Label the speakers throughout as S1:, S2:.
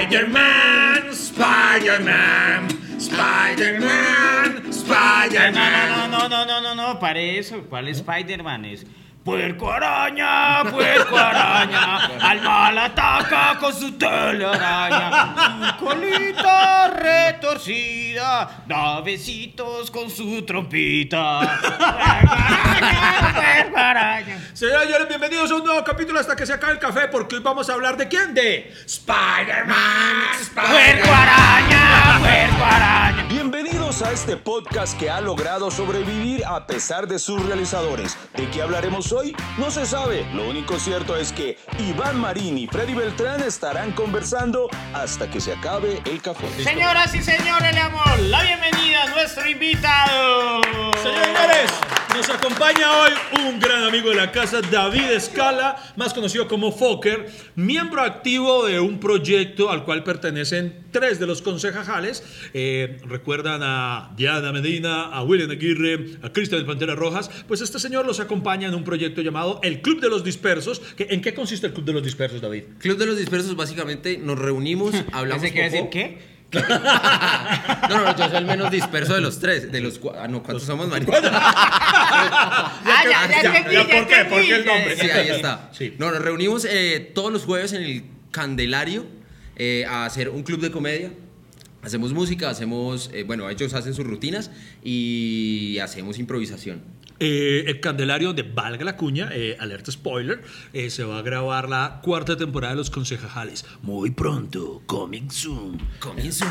S1: Spider-Man, Spider-Man, Spider-Man,
S2: No, no,
S1: Spider-Man.
S2: no, no, no, no, no, pare eso. ¿Cuál Spider-Man es? Puerco araña, puerco araña, al mal ataca con su telaraña, su colita retorcida, da besitos con su trompita. Puerco araña, puerco araña.
S1: Señoras y señores, bienvenidos a un nuevo capítulo hasta que se acabe el café, porque hoy vamos a hablar de quién? De Spider-Man,
S2: Puerco araña, puerco araña.
S3: Bienvenidos a este podcast que ha logrado sobrevivir a pesar de sus realizadores. ¿De qué hablaremos hoy? No se sabe. Lo único cierto es que Iván Marín y Freddy Beltrán estarán conversando hasta que se acabe el café.
S2: Señoras y señores, le damos la bienvenida a nuestro invitado.
S1: Señoras y señores, nos acompaña hoy un gran amigo de la casa, David Escala, más conocido como Fokker, miembro activo de un proyecto al cual pertenecen tres de los concejales. Eh, recuerdan a Diana Medina, a William Aguirre, a Cristian del Pantera Rojas. Pues este señor los acompaña en un proyecto llamado El Club de los Dispersos. Que- ¿En qué consiste el Club de los Dispersos, David?
S4: Club de los Dispersos, básicamente nos reunimos, hablamos.
S2: Pensé que iba a decir
S4: popó.
S2: qué?
S4: No, no, yo soy el menos disperso de los tres. De los cua- ah, no, ¿cuántos somos, María?
S2: Ah, ya, ya,
S4: ya,
S2: entendí,
S1: ya, ¿por qué?
S2: entendí,
S1: ¿Por qué el
S2: ya,
S1: nombre?
S2: ya
S4: Sí, ahí
S2: entendí.
S4: está.
S1: Sí.
S4: No, nos reunimos eh, todos los jueves en el Candelario eh, a hacer un club de comedia. Hacemos música, hacemos, eh, bueno, ellos hacen sus rutinas y hacemos improvisación.
S1: Eh, el Candelario de Valga la Cuña, eh, alerta spoiler, eh, se va a grabar la cuarta temporada de Los Concejales. Muy pronto, coming soon.
S4: Comienzo.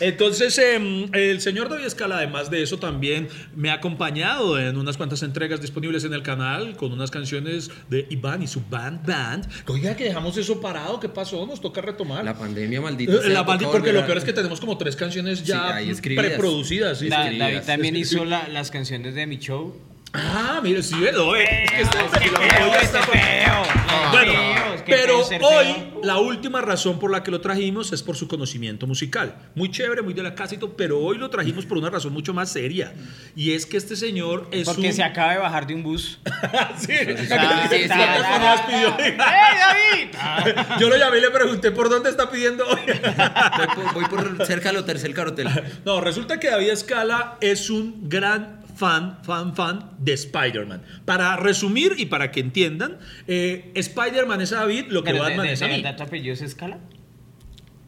S1: Entonces, em, el señor David Escala, además de eso, también me ha acompañado en unas cuantas entregas disponibles en el canal con unas canciones de Iván y su band band. Oiga, que dejamos eso parado, ¿qué pasó? Nos toca retomar.
S4: La pandemia maldita.
S1: Eh,
S4: sea,
S1: la
S4: toca
S1: band- porque
S4: volver
S1: lo
S4: a-
S1: peor es que tenemos como tres canciones ya
S4: ahí escribidas.
S1: preproducidas. sí,
S2: Da-
S1: sí.
S2: David
S4: escribías,
S2: también
S1: escribías.
S2: hizo la- las canciones de mi show.
S1: Ah, mire, sí, lo es. que este-
S2: Ah, ¡Qué
S1: la
S2: feo,
S1: joya
S2: este
S1: está-
S2: feo!
S1: Ah. Bueno,
S2: Feos, qué
S1: pero
S2: feo ser
S1: hoy
S2: feo.
S1: la última razón por la que lo trajimos es por su conocimiento musical. Muy chévere, muy de la casa y todo, pero hoy lo trajimos por una razón mucho más seria. Y es que este señor es
S2: Porque
S1: un...
S2: se acaba de bajar de un bus.
S1: Sí,
S4: Ah, sí, sí,
S1: Acá Jonás pidió-
S2: ¡Ey, David! Ah,
S1: Yo lo llamé y le pregunté, ¿por dónde está pidiendo hoy?
S4: Voy por, voy por cerca de lo tercer cartel.
S1: No, resulta que David Escala es un gran fan, fan, fan de Spider-Man. Para resumir y para que entiendan, eh, Spider-Man es a David lo que
S2: Pero de-
S1: Batman
S2: de-
S1: es a
S2: de
S1: mí.
S2: verdad, ¿Tu apellido es Escala?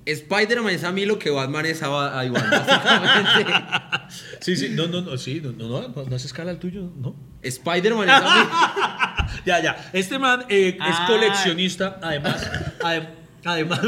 S4: Spider-Man es a mí lo que Batman es a, a Iván, básicamente.
S1: Sí, sí, no, no, no, sí, no, no, no, no es Escala el tuyo, ¿no?
S4: Spider-Man es a mí.
S1: Ya, ya. Este man eh, es
S2: Ah.
S1: coleccionista, además. adem- además.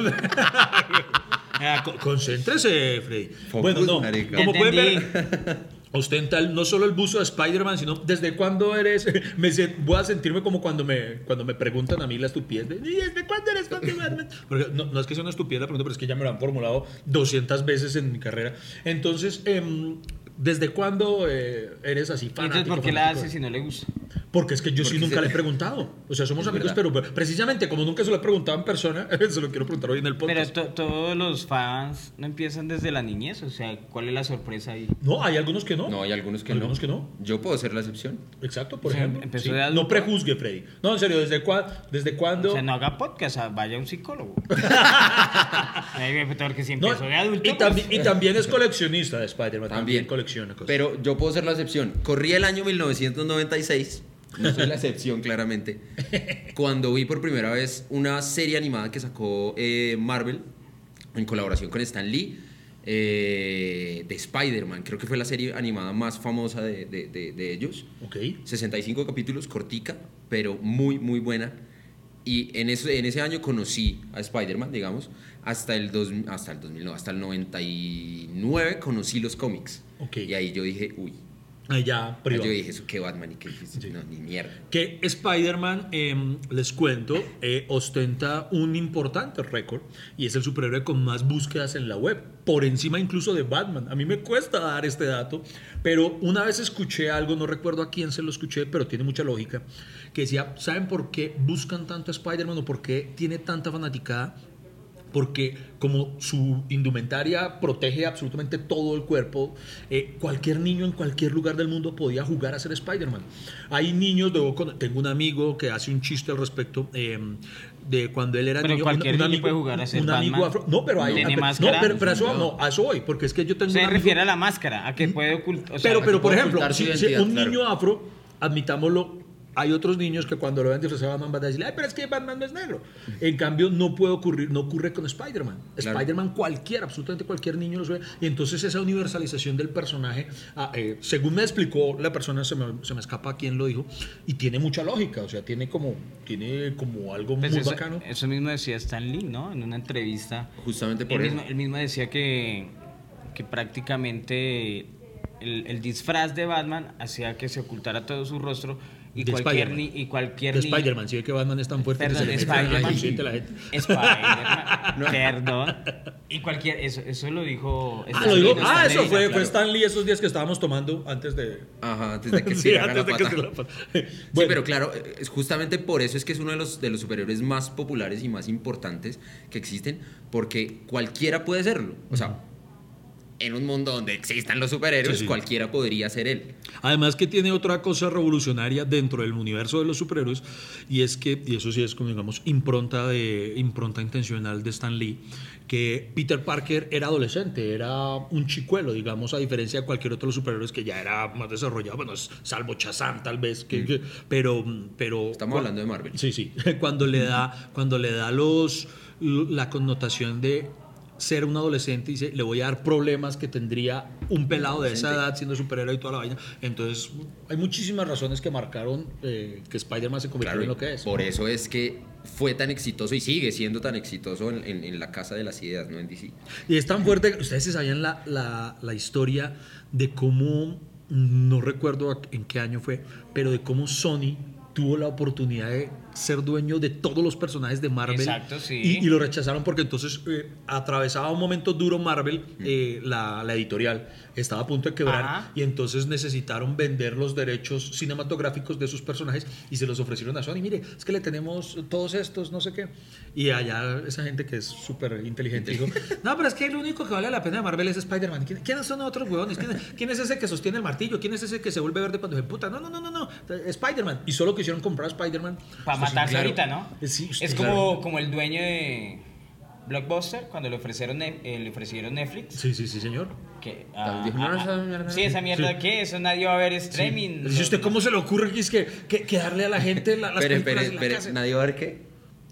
S1: Ah, co- Concéntrese, Freddy.
S4: Focus,
S1: bueno, no.
S4: marica.
S1: Como
S2: Ya
S1: pueden
S2: entendí.
S1: ver, ostenta el- no solo el buzo de Spider-Man, sino desde cuándo eres. Me, se- voy a sentirme como cuando me, cuando me preguntan a mí la estupidez de. "¿Y desde cuándo eres fan de Batman? Porque no, no es que sea una estupidez la pregunta, pero es que ya me lo han formulado 200 veces en mi carrera. Entonces, em, ¿desde cuándo eh, eres así
S2: ¿Y Entonces,
S1: fanático?
S2: ¿por qué la
S1: fanático?
S2: hace si no le gusta?
S1: Porque es que yo sí
S4: Porque
S1: nunca
S4: se-
S1: le he preguntado. O sea, somos
S4: Es
S1: amigos, pero pues, precisamente como nunca se lo he preguntado en persona, se lo quiero preguntar hoy en el
S2: Pero
S1: podcast.
S2: to- todos los fans no empiezan desde la niñez, o sea, ¿cuál es la sorpresa ahí?
S1: no, hay algunos que no.
S4: No, hay algunos que no.
S1: Algunos que no.
S4: Yo puedo ser la excepción.
S1: Exacto, por
S2: O sea,
S1: ejemplo.
S2: empezó
S1: Sí.
S2: de adulto.
S1: No prejuzgue, Freddy. No, en serio, ¿desde, cuá- desde cuándo?
S2: O sea, no haga podcast, ah, vaya a un psicólogo. Ay, pues, Porque si
S1: No,
S2: empezó de adulto.
S1: y,
S2: pues-
S1: también, y también es coleccionista de Spider-Man. También,
S4: También.
S1: colecciona cosas.
S4: Pero yo puedo ser la excepción. Corrí el año 1996. No soy la excepción, claramente. Cuando vi por primera vez una serie animada que sacó eh, Marvel en colaboración con Stan Lee eh, de Spider-Man. Creo que fue la serie animada más famosa de, de- de- de ellos.
S1: ok.
S4: 65 capítulos, cortica, pero muy, muy buena. Y en ese, en ese año conocí a Spider-Man, digamos, hasta el, dos, hasta el 2000, no, hasta el 99 conocí los cómics.
S1: Ok.
S4: Y ahí yo dije, uy,
S1: Ah, ya,
S4: ahí
S1: privado.
S4: yo dije, eso qué Batman y qué no, ni mierda.
S1: que Spider-Man, em, les cuento, eh, ostenta un importante récord y es el superhéroe con más búsquedas en la web, por encima incluso de Batman. A mí me cuesta dar este dato, pero una vez escuché algo, no recuerdo a quién se lo escuché, pero tiene mucha lógica, que decía, ¿saben por qué buscan tanto a Spider-Man o por qué tiene tanta fanaticada? porque como su indumentaria protege absolutamente todo el cuerpo, eh, cualquier niño en cualquier lugar del mundo podía jugar a ser Spider-Man. Hay niños, de, tengo un amigo que hace un chiste al respecto. eh, de cuando él era
S2: Pero
S1: niño,
S2: cualquier niño puede jugar a ser
S1: un amigo
S2: Batman.
S1: afro- no pero hay
S2: Tiene
S1: no,
S2: máscara.
S1: pero, pero a eso, no a eso voy porque es que yo tengo un
S2: Se
S1: amigo-
S2: refiere a la máscara, a que puede ocultar. o sea,
S1: pero, pero por
S4: puede
S1: ejemplo,
S4: ocultar su
S1: si, si
S4: identidad,
S1: un
S4: claro.
S1: niño afro, admitámoslo, hay otros niños que cuando lo ven disfrazado de Batman van a decir, ay, pero es que Batman no es negro. En cambio, no puede ocurrir, no ocurre con Spider-Man.
S4: Claro.
S1: Spider-Man cualquier, absolutamente cualquier niño lo sube. Y entonces esa universalización del personaje, ah, eh, según me explicó la persona, se me, se me escapa quién lo dijo, y tiene mucha lógica, o sea, tiene como, tiene como algo
S2: Pues
S1: muy
S2: eso,
S1: bacano.
S2: eso mismo decía Stan Lee, ¿no? En una entrevista.
S4: Justamente
S2: Él
S4: por eso.
S2: mismo, él mismo decía que, que prácticamente el, el disfraz de Batman hacía que se ocultara todo su rostro y
S1: De
S2: cualquier, ni,
S1: Spider-Man.
S2: y cualquier
S1: De
S2: niño-
S1: Spider-Man, si ve que Batman es tan fuerte que
S2: Perdón,
S1: se le mete en el
S2: Spider-Man.
S1: inconsciente a la gente.
S2: Spider-Man. Perdón. Y cualquier. Eso, eso lo dijo.
S1: Ah,
S2: Stan
S1: lo
S2: Lee,
S1: digo.
S2: no
S1: Ah,
S2: Stan
S1: eso
S2: Lee,
S1: fue,
S2: claro.
S1: fue Stan Lee esos días que estábamos tomando antes de.
S4: Ajá, antes de que
S1: Sí,
S4: se haga la
S1: antes de que
S4: pata.
S1: se la pata.
S4: Sí,
S1: Bueno,
S4: pero claro, eh, es justamente por eso es que es uno de los, de los superhéroes más populares y más importantes que existen, porque cualquiera puede serlo. O sea, en un mundo donde existan los superhéroes,
S1: Sí, sí.
S4: cualquiera podría ser él.
S1: Además que tiene otra cosa revolucionaria dentro del universo de los superhéroes y es que, y eso sí es como digamos impronta, de, impronta intencional de Stan Lee, que Peter Parker era adolescente, era un chicuelo, digamos, a diferencia de cualquier otro de los superhéroes que ya era más desarrollado, bueno, es- salvo Shazam tal vez, que, que- pero, pero...
S4: Mm. Estamos hablando de Marvel.
S1: Sí, sí. Cuando le da, cuando le da los, la connotación de ser un adolescente y dice, le voy a dar problemas que tendría un pelado de esa edad siendo superhéroe y toda la vaina. Entonces, hay muchísimas razones que marcaron eh, que Spider-Man se convirtió
S4: Claro,
S1: en
S4: y
S1: lo que es.
S4: por eso es que fue tan exitoso y sigue siendo tan exitoso en, en- en la casa de las ideas, no en DC.
S1: Y es tan fuerte que ustedes se sabían la, la- la historia de cómo, no recuerdo a- en qué año fue, pero de cómo Sony tuvo la oportunidad de ser dueño de todos los personajes de Marvel.
S2: Exacto, sí.
S1: Y, y lo rechazaron porque entonces eh, atravesaba un momento duro Marvel, eh, la, la editorial estaba a punto de quebrar
S2: Ajá.
S1: y entonces necesitaron vender los derechos cinematográficos de sus personajes y se los ofrecieron a Sony. Mire, es que le tenemos todos estos, no sé qué. Y allá esa gente que es súper inteligente dijo, no, pero es que lo único que vale la pena de Marvel es Spider-Man. ¿Quién- ¿Quiénes son otros huevones? ¿Quién, quién es ese que sostiene el martillo? ¿Quién es ese que se vuelve verde cuando se puta? No, no, no, no, no. Spider-man. Y solo quisieron comprar Spider-man.
S2: Para matarse
S1: Entonces, claro. Eh,
S2: ahorita, ¿no?
S1: Sí,
S2: es
S1: claro.
S2: como, como el dueño de Blockbuster cuando le ofrecieron, ne- eh, le ofrecieron Netflix.
S1: Sí, sí, sí, señor.
S2: Que, ah,
S4: Tal dijo, "No, esa mierda".
S2: Sí, esa mierda,
S1: Sí.
S2: ¿qué? Eso nadie va a ver streaming.
S1: Dice usted, ¿cómo se le ocurre que, es que, que, que darle a la gente la, las
S4: Pero, pero,
S1: películas en la
S4: pero,
S1: casa?
S4: nadie va a ver qué.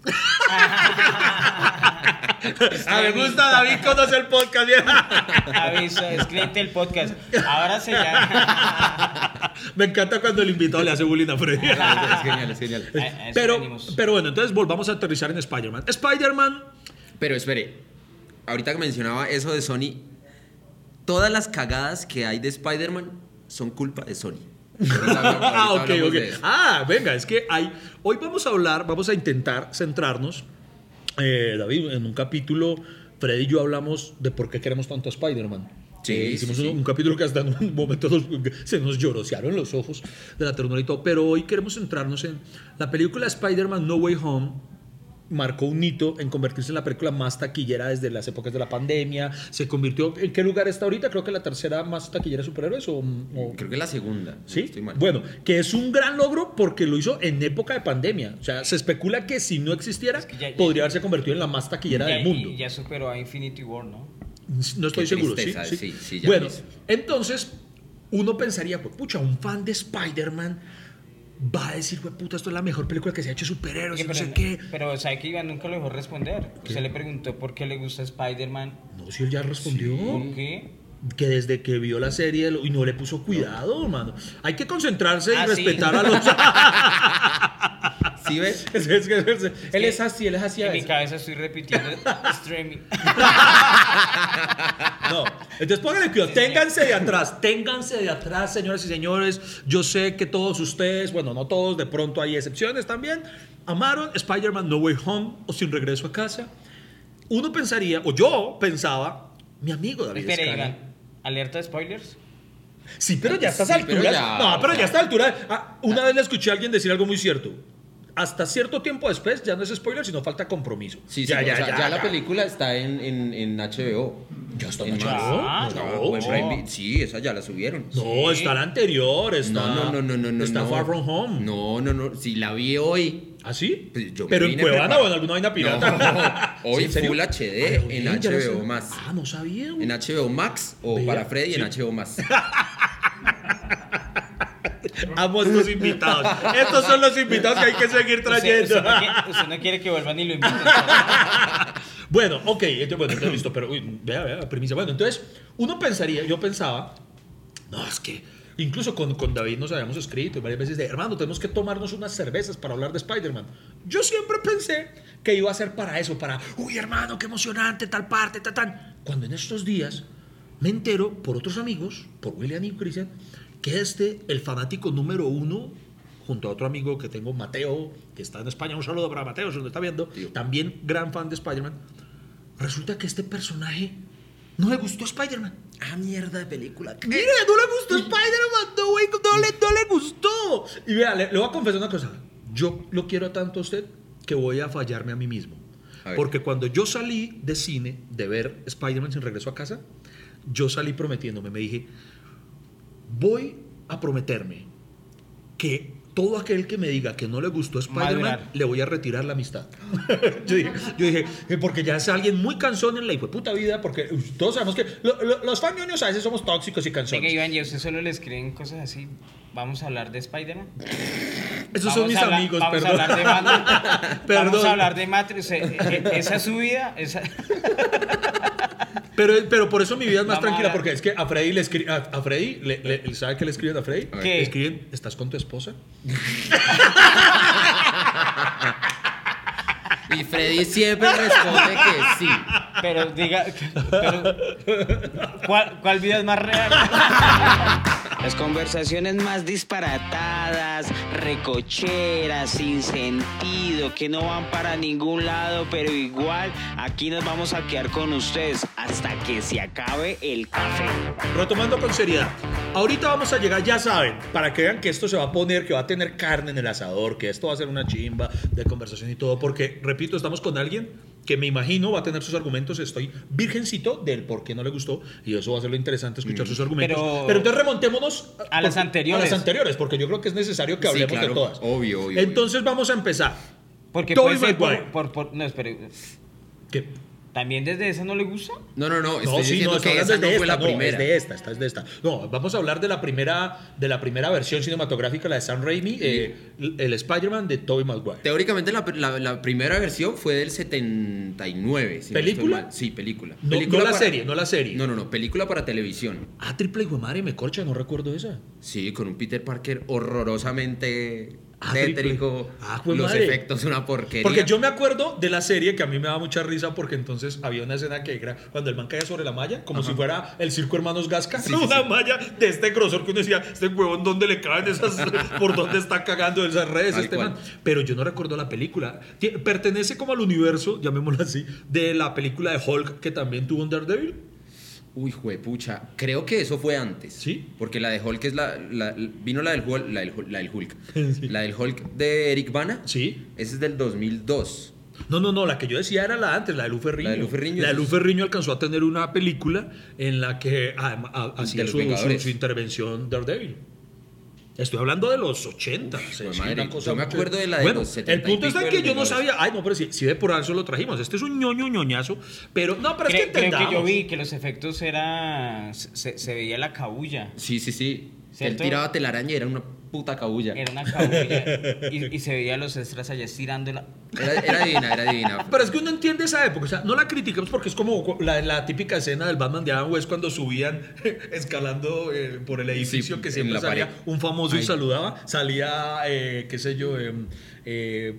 S1: A ver, Ah, gusta David conoce el podcast bien.
S2: Aviso, escríbete el podcast. Ahora se llama.
S1: Me encanta cuando el invitado le hace bullying a Freddy.
S4: Ah, es genial, es genial.
S2: A- a eso
S1: pero,
S2: venimos.
S1: pero bueno, entonces volvamos a aterrizar en Spider-Man. Spider-Man,
S4: Pero espere, ahorita que mencionaba eso de Sony, todas las cagadas que hay de Spider-Man son culpa de Sony. Ahorita hablamos-
S1: Ah,
S4: ahorita
S1: ok,
S4: hablamos
S1: ok.
S4: de eso.
S1: Ah, venga, es que hay. Hoy vamos a hablar, vamos a intentar centrarnos. eh, David, en un capítulo, Freddy y yo hablamos de por qué queremos tanto a Spider-Man.
S4: Sí,
S1: Eh, hicimos
S4: sí,
S1: un,
S4: sí.
S1: un capítulo que hasta en un momento nos- se nos llorosearon los ojos de la ternura y todo. Pero hoy queremos centrarnos en la película Spider-Man No Way Home. Marcó un hito en convertirse en la película más taquillera desde las épocas de la pandemia. Se convirtió. ¿En qué lugar está ahorita? Creo que la tercera más taquillera de superhéroes o- o
S4: Creo que la segunda. no
S1: ¿Sí?
S4: estoy mal.
S1: Bueno, que es un gran logro porque lo hizo en época de pandemia. O sea, se especula que si no existiera,
S2: que ya- ya-
S1: podría haberse convertido en la más taquillera
S2: Ya-
S1: del mundo.
S2: y ya superó a Infinity War, ¿no?
S1: No estoy
S4: Qué
S1: seguro,
S4: tristeza,
S1: ¿sí?
S4: sí, sí, ya
S1: bueno,
S4: lo hizo.
S1: entonces uno pensaría, pues, pucha, un fan de Spider-Man va a decir, pues, puta, esto es la mejor película que se ha hecho de superhéroes,
S2: Oye,
S1: no sé
S2: pero,
S1: qué.
S2: pero sabe que Iván nunca lo dejó responder. Se le preguntó por qué le gusta Spider-Man.
S1: No, si él ya respondió.
S2: ¿Por qué?
S1: Que desde que vio la serie lo- y no le puso cuidado, mano. Hay que concentrarse y
S2: Ah, sí.
S1: respetar a los.
S4: ¿Sí ves?
S1: Es- es que- es- él
S2: que-
S1: es así, él es así. a
S2: en mi
S1: veces.
S2: cabeza estoy repitiendo streaming.
S1: No, entonces pónganle cuidado. Ténganse de atrás, ténganse de atrás, señoras y señores. Yo sé que todos ustedes, bueno, no todos, de pronto hay excepciones también, amaron Spider-Man No Way Home o Sin Regreso a Casa. Uno pensaría, o yo pensaba, mi amigo David
S2: Espera,
S1: Escala.
S2: Iván. ¿Alerta de spoilers?
S1: Sí, pero ya a estas
S4: Sí, pero
S1: alturas.
S4: ya,
S1: no, pero
S4: o sea.
S1: ya ah, a esta altura. ah, una vez le escuché a alguien decir algo muy cierto. hasta cierto tiempo después ya no es spoiler, sino falta compromiso.
S4: Sí, sí, o sea, ya, la película está en, en, en HBO. Ya está en
S1: No,
S4: Max.
S1: no,
S4: O en Prime Video. Sí, esa ya la subieron.
S1: No, está la anterior, está,
S4: No, no, no, no, no, no.
S1: está
S4: no.
S1: Far From Home.
S4: No, no, no. Si la vi hoy.
S1: ¿Ah, sí?
S4: pues yo me
S1: Pero en
S4: vine
S1: Cuevana
S4: preparado.
S1: o en alguna vaina pirata.
S4: No, hoy
S1: ¿en serio?
S4: Full
S1: Ay,
S4: HD
S1: oye,
S4: en
S1: interesante.
S4: HBO más.
S1: Ah, no sabía.
S4: En HBO Max o
S1: Vea,
S4: para Freddy en
S1: sí.
S4: HBO más.
S1: Amo a estos invitados. Estos son los invitados que hay que seguir
S2: Usted,
S1: trayendo.
S2: usted no quiere, usted no quiere que vuelvan y lo inviten.
S1: Bueno, ok, entonces, bueno, entonces listo, pero uy, vea, vea, premisa. Bueno, entonces, uno pensaría, yo pensaba, no, es que incluso con, con David nos habíamos escrito varias veces de, hermano, tenemos que tomarnos unas cervezas para hablar de Spider-Man. Yo siempre pensé que iba a ser para eso, para, uy, hermano, qué emocionante, tal parte, tal, tal. Cuando en estos días me entero por otros amigos, por William y Christian, que este, el fanático número uno, junto a otro amigo que tengo, Mateo, que está en España, un saludo para Mateo, si lo está viendo, también gran fan de Spider-Man, Resulta que este personaje no le gustó Spider-Man.
S4: Ah, mierda de película.
S1: Mire, no le gustó Spider-Man, no, güey, no le, no le gustó. Y vea, le, le voy a confesar una cosa. Yo lo quiero tanto a usted que voy a fallarme a mí mismo.
S4: A ver.
S1: Porque cuando yo salí de cine, de ver Spider-Man sin regreso a casa, yo salí prometiéndome, me dije, voy a prometerme que todo aquel que me diga que no le gustó Spider-Man,
S2: Madurar.
S1: le voy a retirar la amistad. yo, dije, yo dije, eh, porque ya es alguien muy cansón en la puta vida, porque uy, todos sabemos que lo- lo- los faniones a veces somos tóxicos y
S2: Venga,
S1: cansones.
S2: Iván, ¿y a usted solo le escriben cosas así? ¿Vamos a hablar de Spider-Man? Vamos
S1: Esos son
S2: a
S1: mis
S2: hablar-
S1: amigos,
S2: vamos
S1: perdón.
S2: A hablar de Matrix. Vamos
S1: Perdón.
S2: a hablar de Matrix. eh, eh, Esa subida, esa...
S1: Pero, pero por eso mi vida es más
S2: Vamos a
S1: tranquila,
S2: hablar.
S1: porque es que a Freddy le escriben, a, a Freddy, le- le- le- ¿sabe qué le escriben a Freddy?
S4: A ver.
S2: ¿Qué?
S1: Le escriben, ¿estás con tu esposa?
S4: Y Freddy siempre responde que sí.
S2: Pero diga, pero, ¿cuál, ¿cuál vida es más real?
S5: Las conversaciones más disparatadas, recocheras, sin sentido, que no van para ningún lado, pero igual aquí nos vamos a quedar con ustedes hasta que se acabe el café.
S1: Retomando con seriedad. Ahorita vamos a llegar, ya saben, para que vean que esto se va a poner, que va a tener carne en el asador, que esto va a ser una chimba de conversación y todo, porque, repito, estamos con alguien que me imagino va a tener sus argumentos, estoy virgencito del por qué no le gustó, y eso va a ser lo interesante, escuchar
S4: Mm,
S1: sus argumentos. Pero,
S2: Pero-
S1: entonces remontémonos
S2: A las
S1: porque-
S2: anteriores.
S1: A las anteriores, porque yo creo que es necesario que
S4: Sí,
S1: hablemos de
S4: claro,
S1: todas.
S4: obvio, obvio,
S1: Entonces vamos a empezar.
S2: Porque
S1: Tobey
S2: puede ser por-
S1: Maguire.
S2: por- por- no, espere,
S1: Que-
S2: ¿también desde esa no le gusta?
S4: No, no, no. Pues Estoy
S1: sí,
S4: diciendo
S1: estoy
S4: que
S1: hablando
S4: esa no
S1: de
S4: fue
S1: esta,
S4: la primera.
S1: Es de esta, esta es de esta. No, vamos a hablar de la primera, de la primera versión cinematográfica, la de Sam Raimi, eh, el Spider-Man de Tobey Maguire.
S4: Teóricamente la, la- la primera versión fue del 79. si no
S1: ¿Película?
S4: estoy mal. Sí, película.
S1: No,
S4: Película
S1: no la
S4: para-
S1: serie, no la serie.
S4: No, no, no, película para televisión.
S1: Ah, triple hijo de madre, me corcha, no recuerdo esa.
S4: Sí, con un Peter Parker horrorosamente
S1: Ah,
S4: tétrico.
S1: triple. Ah, jue
S4: los
S1: madre.
S4: efectos una porquería.
S1: Porque yo me acuerdo de la serie que a mí me daba mucha risa porque entonces había una escena que era cuando el man caía sobre la malla, como si fuera el circo Hermanos Gasca, una malla de este grosor que uno decía, este huevón, ¿dónde le caben esas, por dónde está cagando esas redes
S4: Tal
S1: este
S4: cual.
S1: man? Pero yo no recuerdo la película. Tie- Pertenece como al universo, llamémoslo así, de la película de Hulk que también tuvo un Daredevil.
S4: Uy, juepucha. Creo que eso fue antes.
S1: Sí.
S4: Porque la de Hulk es la. la- vino la del Hulk. La del, Hulk- la del Hulk. La del Hulk de Eric Bana.
S1: Sí.
S4: Ese es del 2002.
S1: No, no, no, la que yo decía era la antes, la de Luferriño.
S4: La de Lou Ferrigno,
S1: La de
S4: sí.
S1: Lou Ferrigno alcanzó a tener una película en la que ah, ah, hacía
S4: los
S1: su, su,
S4: Vengadores.
S1: su intervención Daredevil. Estoy hablando de los 80. sí,
S4: jue
S1: sí,
S4: madre,
S1: una cosa
S4: yo me
S1: muy-
S4: acuerdo de la de
S1: Bueno,
S4: los 70
S1: El
S4: y
S1: punto está
S4: pico
S1: en
S4: de los
S1: que yo no
S4: Vengadores.
S1: sabía. Ay, no, pero si, si de por eso lo trajimos. Este es un ñoño ñoñazo. Pero no, pero es
S2: Cre-
S1: que
S2: creo que yo
S1: entendamos.
S2: vi que los efectos eran, se, se veía la cabulla.
S4: Sí, sí, sí. Que Él
S2: ¿Cierto?
S4: tiraba telaraña y era una puta cabulla.
S2: Era una cabulla y, y se veía los extras allá estirándola.
S4: Era, era divina, era divina.
S1: Pero es que uno entiende esa época, o sea, no la criticamos porque es como cu- la, la típica escena del Batman de Adam West cuando subían escalando eh, por el edificio
S4: Sí,
S1: que
S4: en
S1: siempre
S4: la
S1: salía
S4: pared.
S1: un famoso y
S4: Ay.
S1: saludaba, salía, eh, qué sé yo, eh, eh,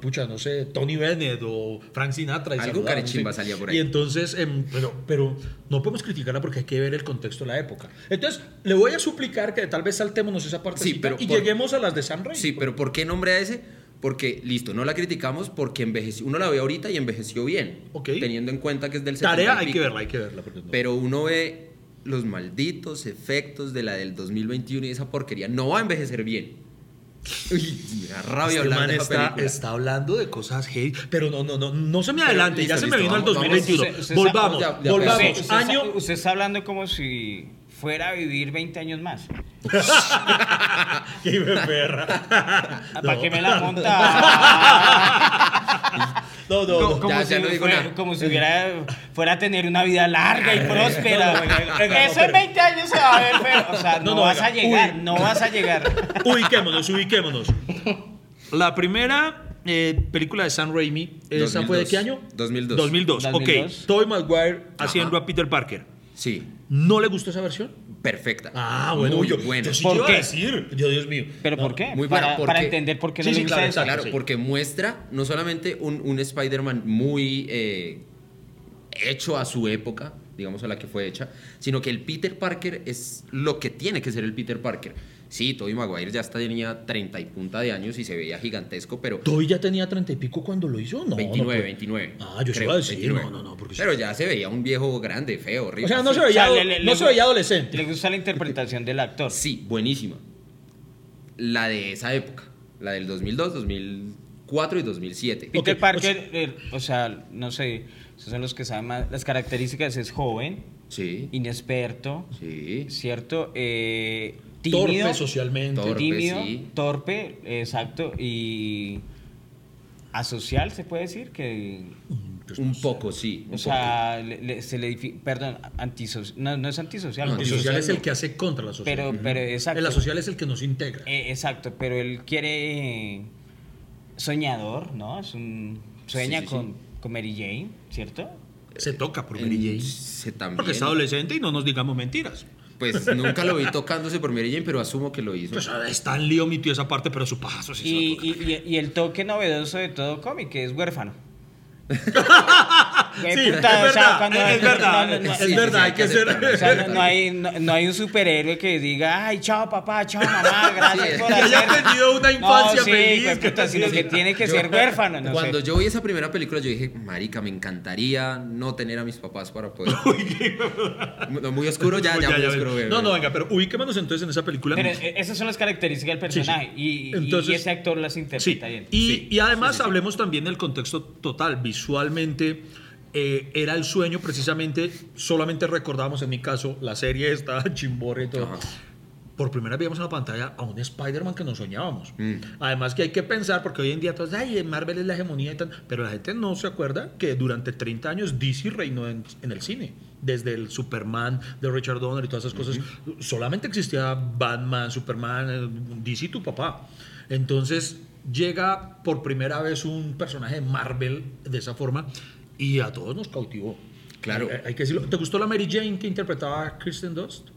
S1: pucha, no sé, Tony Bennett o Frank Sinatra. y
S4: Algo
S1: saludaba,
S4: carechimba
S1: no sé.
S4: salía por ahí.
S1: Y entonces, em, pero, pero no podemos criticarla porque hay que ver el contexto de la época. Entonces, le voy a suplicar que tal vez saltémonos esa parte
S4: pero
S1: y
S4: por-
S1: lleguemos a las de Sam Raimi. pues.
S4: Sí, pero ¿por qué nombre a ese? Porque, listo, no la criticamos porque envejeció. Uno la ve ahorita y envejeció bien.
S1: Ok.
S4: Teniendo en cuenta que es del 70 y
S1: Tarea hay que
S4: pico.
S1: verla, hay que verla. porque no-
S4: Pero uno ve los malditos efectos de la del 2021 y esa porquería no va a envejecer bien. Uy, me da rabia
S1: Este
S4: hablar
S1: man
S4: de esa
S1: está,
S4: película.
S1: está hablando de cosas heavy, pero no, no, no, no se me adelante,
S4: listo,
S1: ya se me
S4: listo,
S1: vino al
S4: vamos,
S1: 2021.
S2: vamos. Usted- usted
S1: volvamos,
S4: sabe- ya- ya
S1: volvamos.
S4: pensé.
S1: año,
S2: Usted, está hablando como si fuera a vivir 20 años más.
S1: ¡Qué hijo de perra!
S2: Ah, ¿Para
S1: No.
S2: qué me la monta?
S1: No, no, no.
S2: Co- como,
S4: ya
S2: si,
S4: no digo
S2: fue-
S4: nada.
S2: como si hubiera, fuera a tener una vida larga y próspera.
S1: Ah, no, venga, venga,
S2: Eso
S1: no,
S2: en
S1: pero-
S2: 20 años se va a ver feo. O sea,
S1: No,
S2: no,
S1: no,
S2: vas
S1: venga.
S2: a llegar, no vas a llegar.
S1: Ubiquémonos, ubiquémonos. La primera eh, película de Sam Raimi, ¿esa fue de
S4: 2002.
S1: qué año?
S4: 2002.
S1: 2002. Ok,
S2: 2002.
S1: Tobey Maguire haciendo a Peter Parker.
S4: Sí,
S1: ¿No le gustó esa versión?
S4: perfecta.
S1: Ah, bueno,
S4: Muy
S1: yo,
S4: buena.
S1: yo sí
S2: ¿Por
S1: te iba
S2: qué?
S1: a decir. Yo, Dios mío.
S2: ¿Pero
S1: No.
S2: por qué?
S4: muy
S2: para,
S4: buena, ¿por
S2: para
S4: qué?
S2: entender por qué
S1: Sí,
S2: no
S1: sí,
S2: le gusta
S1: claro,
S2: eso.
S1: exacto.
S4: Claro,
S1: sí.
S4: porque muestra no solamente un, un Spider-Man muy eh, hecho a su época, digamos a la que fue hecha, sino que el Peter Parker es lo que tiene que ser el Peter Parker. Sí, Tobey Maguire ya hasta tenía 30 y punta de años y se veía gigantesco, pero
S1: ¿Toby ya tenía treinta y pico cuando lo hizo? No,
S4: 29,
S1: no,
S4: 29.
S1: Ah, yo sí iba a decir, no, no, no, porque sí.
S4: Pero ya se veía un viejo grande, feo, horrible.
S1: O sea, no se
S2: O
S1: veía,
S2: sea, le- le-
S1: no
S2: le-
S1: se veía adolescente.
S2: Le gusta la interpretación del actor.
S4: Sí, buenísima. La de esa época, la del 2002, 2004 y 2007.
S2: Peter
S1: Ok, pues-
S2: Parker, eh, o sea, no sé, esos son los que saben más. Las características es joven,
S4: Sí.
S2: inexperto,
S4: Sí.
S2: ¿cierto? Eh, tímido,
S1: Torpe socialmente.
S4: Torpe,
S2: tímido,
S4: sí.
S2: torpe, exacto, y asocial, se puede decir que,
S4: Un poco, sí. un
S2: o sea, le- le- se le, difi- perdón, antisocial, no, no es antisocial, porque-
S1: Antisocial es el que hace contra la sociedad.
S2: pero, pero exacto,
S1: El asocial es el que nos integra.
S2: Eh, exacto, pero él quiere soñador, ¿no? Es un sueña
S4: Sí, sí, sí.
S2: con, con Mary Jane, ¿cierto?
S1: Se toca por
S4: poco.
S1: Mary
S4: Eh,
S1: Jane.
S4: Se también.
S1: Porque es adolescente y no nos digamos mentiras.
S4: Pues nunca lo vi tocándose por Mary Jane, pero asumo que lo hizo.
S1: Pues ah, Stan Lee omitió esa parte, pero su pajazo sí se
S2: Y,
S1: la toca.
S2: y- y- y el toque novedoso de todo cómic que es huérfano. Güey,
S1: Sí,
S2: puta,
S1: es
S2: o sea,
S1: verdad,
S2: cuando-
S1: es verdad,
S2: no, no, no,
S1: es
S4: sí,
S1: verdad,
S4: sí,
S1: hay que
S4: hay que
S1: ser...
S4: aceptarlo.
S2: O sea, no, no hay, no, no hay un superhéroe que diga, ay, chao papá, chao mamá, gracias
S4: Sí,
S2: por
S4: que
S1: haya
S2: hacer-".
S1: tenido una infancia
S2: sí,
S1: feliz,
S2: güey,
S1: que
S2: puta,
S1: te
S2: sino que
S1: sientas-
S2: tiene que
S4: Yo-
S2: ser huérfano. no sé.
S4: Cuando yo vi esa primera película, yo dije, marica, me encantaría no tener a mis papás para poder... No, muy oscuro, ya,
S1: Uy,
S4: ya,
S1: ya,
S4: muy
S1: ya,
S4: oscuro.
S1: ven.
S4: bebé.
S1: No, no, venga, pero ubíquémonos entonces en esa película.
S2: Pero eh, esas son las características del
S1: Sí, sí.
S2: personaje y- y,
S1: Entonces-
S2: y ese actor las
S1: Sí,
S2: interpreta bien.
S1: y, y además hablemos también del contexto total. Visualmente eh, era el sueño precisamente, solamente recordábamos en mi caso la serie esta, Chimborre y todo.
S4: Ajá.
S1: Por primera vez vimos en la pantalla a un Spider-Man que nos soñábamos. Además que hay que pensar, porque hoy en día todos, ay, Marvel es la hegemonía y tal, pero la gente no se acuerda que durante 30 años DC reinó en, en el cine. Desde el Superman de Richard Donner y todas esas cosas, solamente existía Batman, Superman, eh, DC, tu papá. Entonces llega por primera vez un personaje de Marvel de esa forma y a todos nos cautivó.
S4: Claro.
S1: Hay, hay que decirlo. ¿Te gustó la Mary Jane que interpretaba Kristen Dust?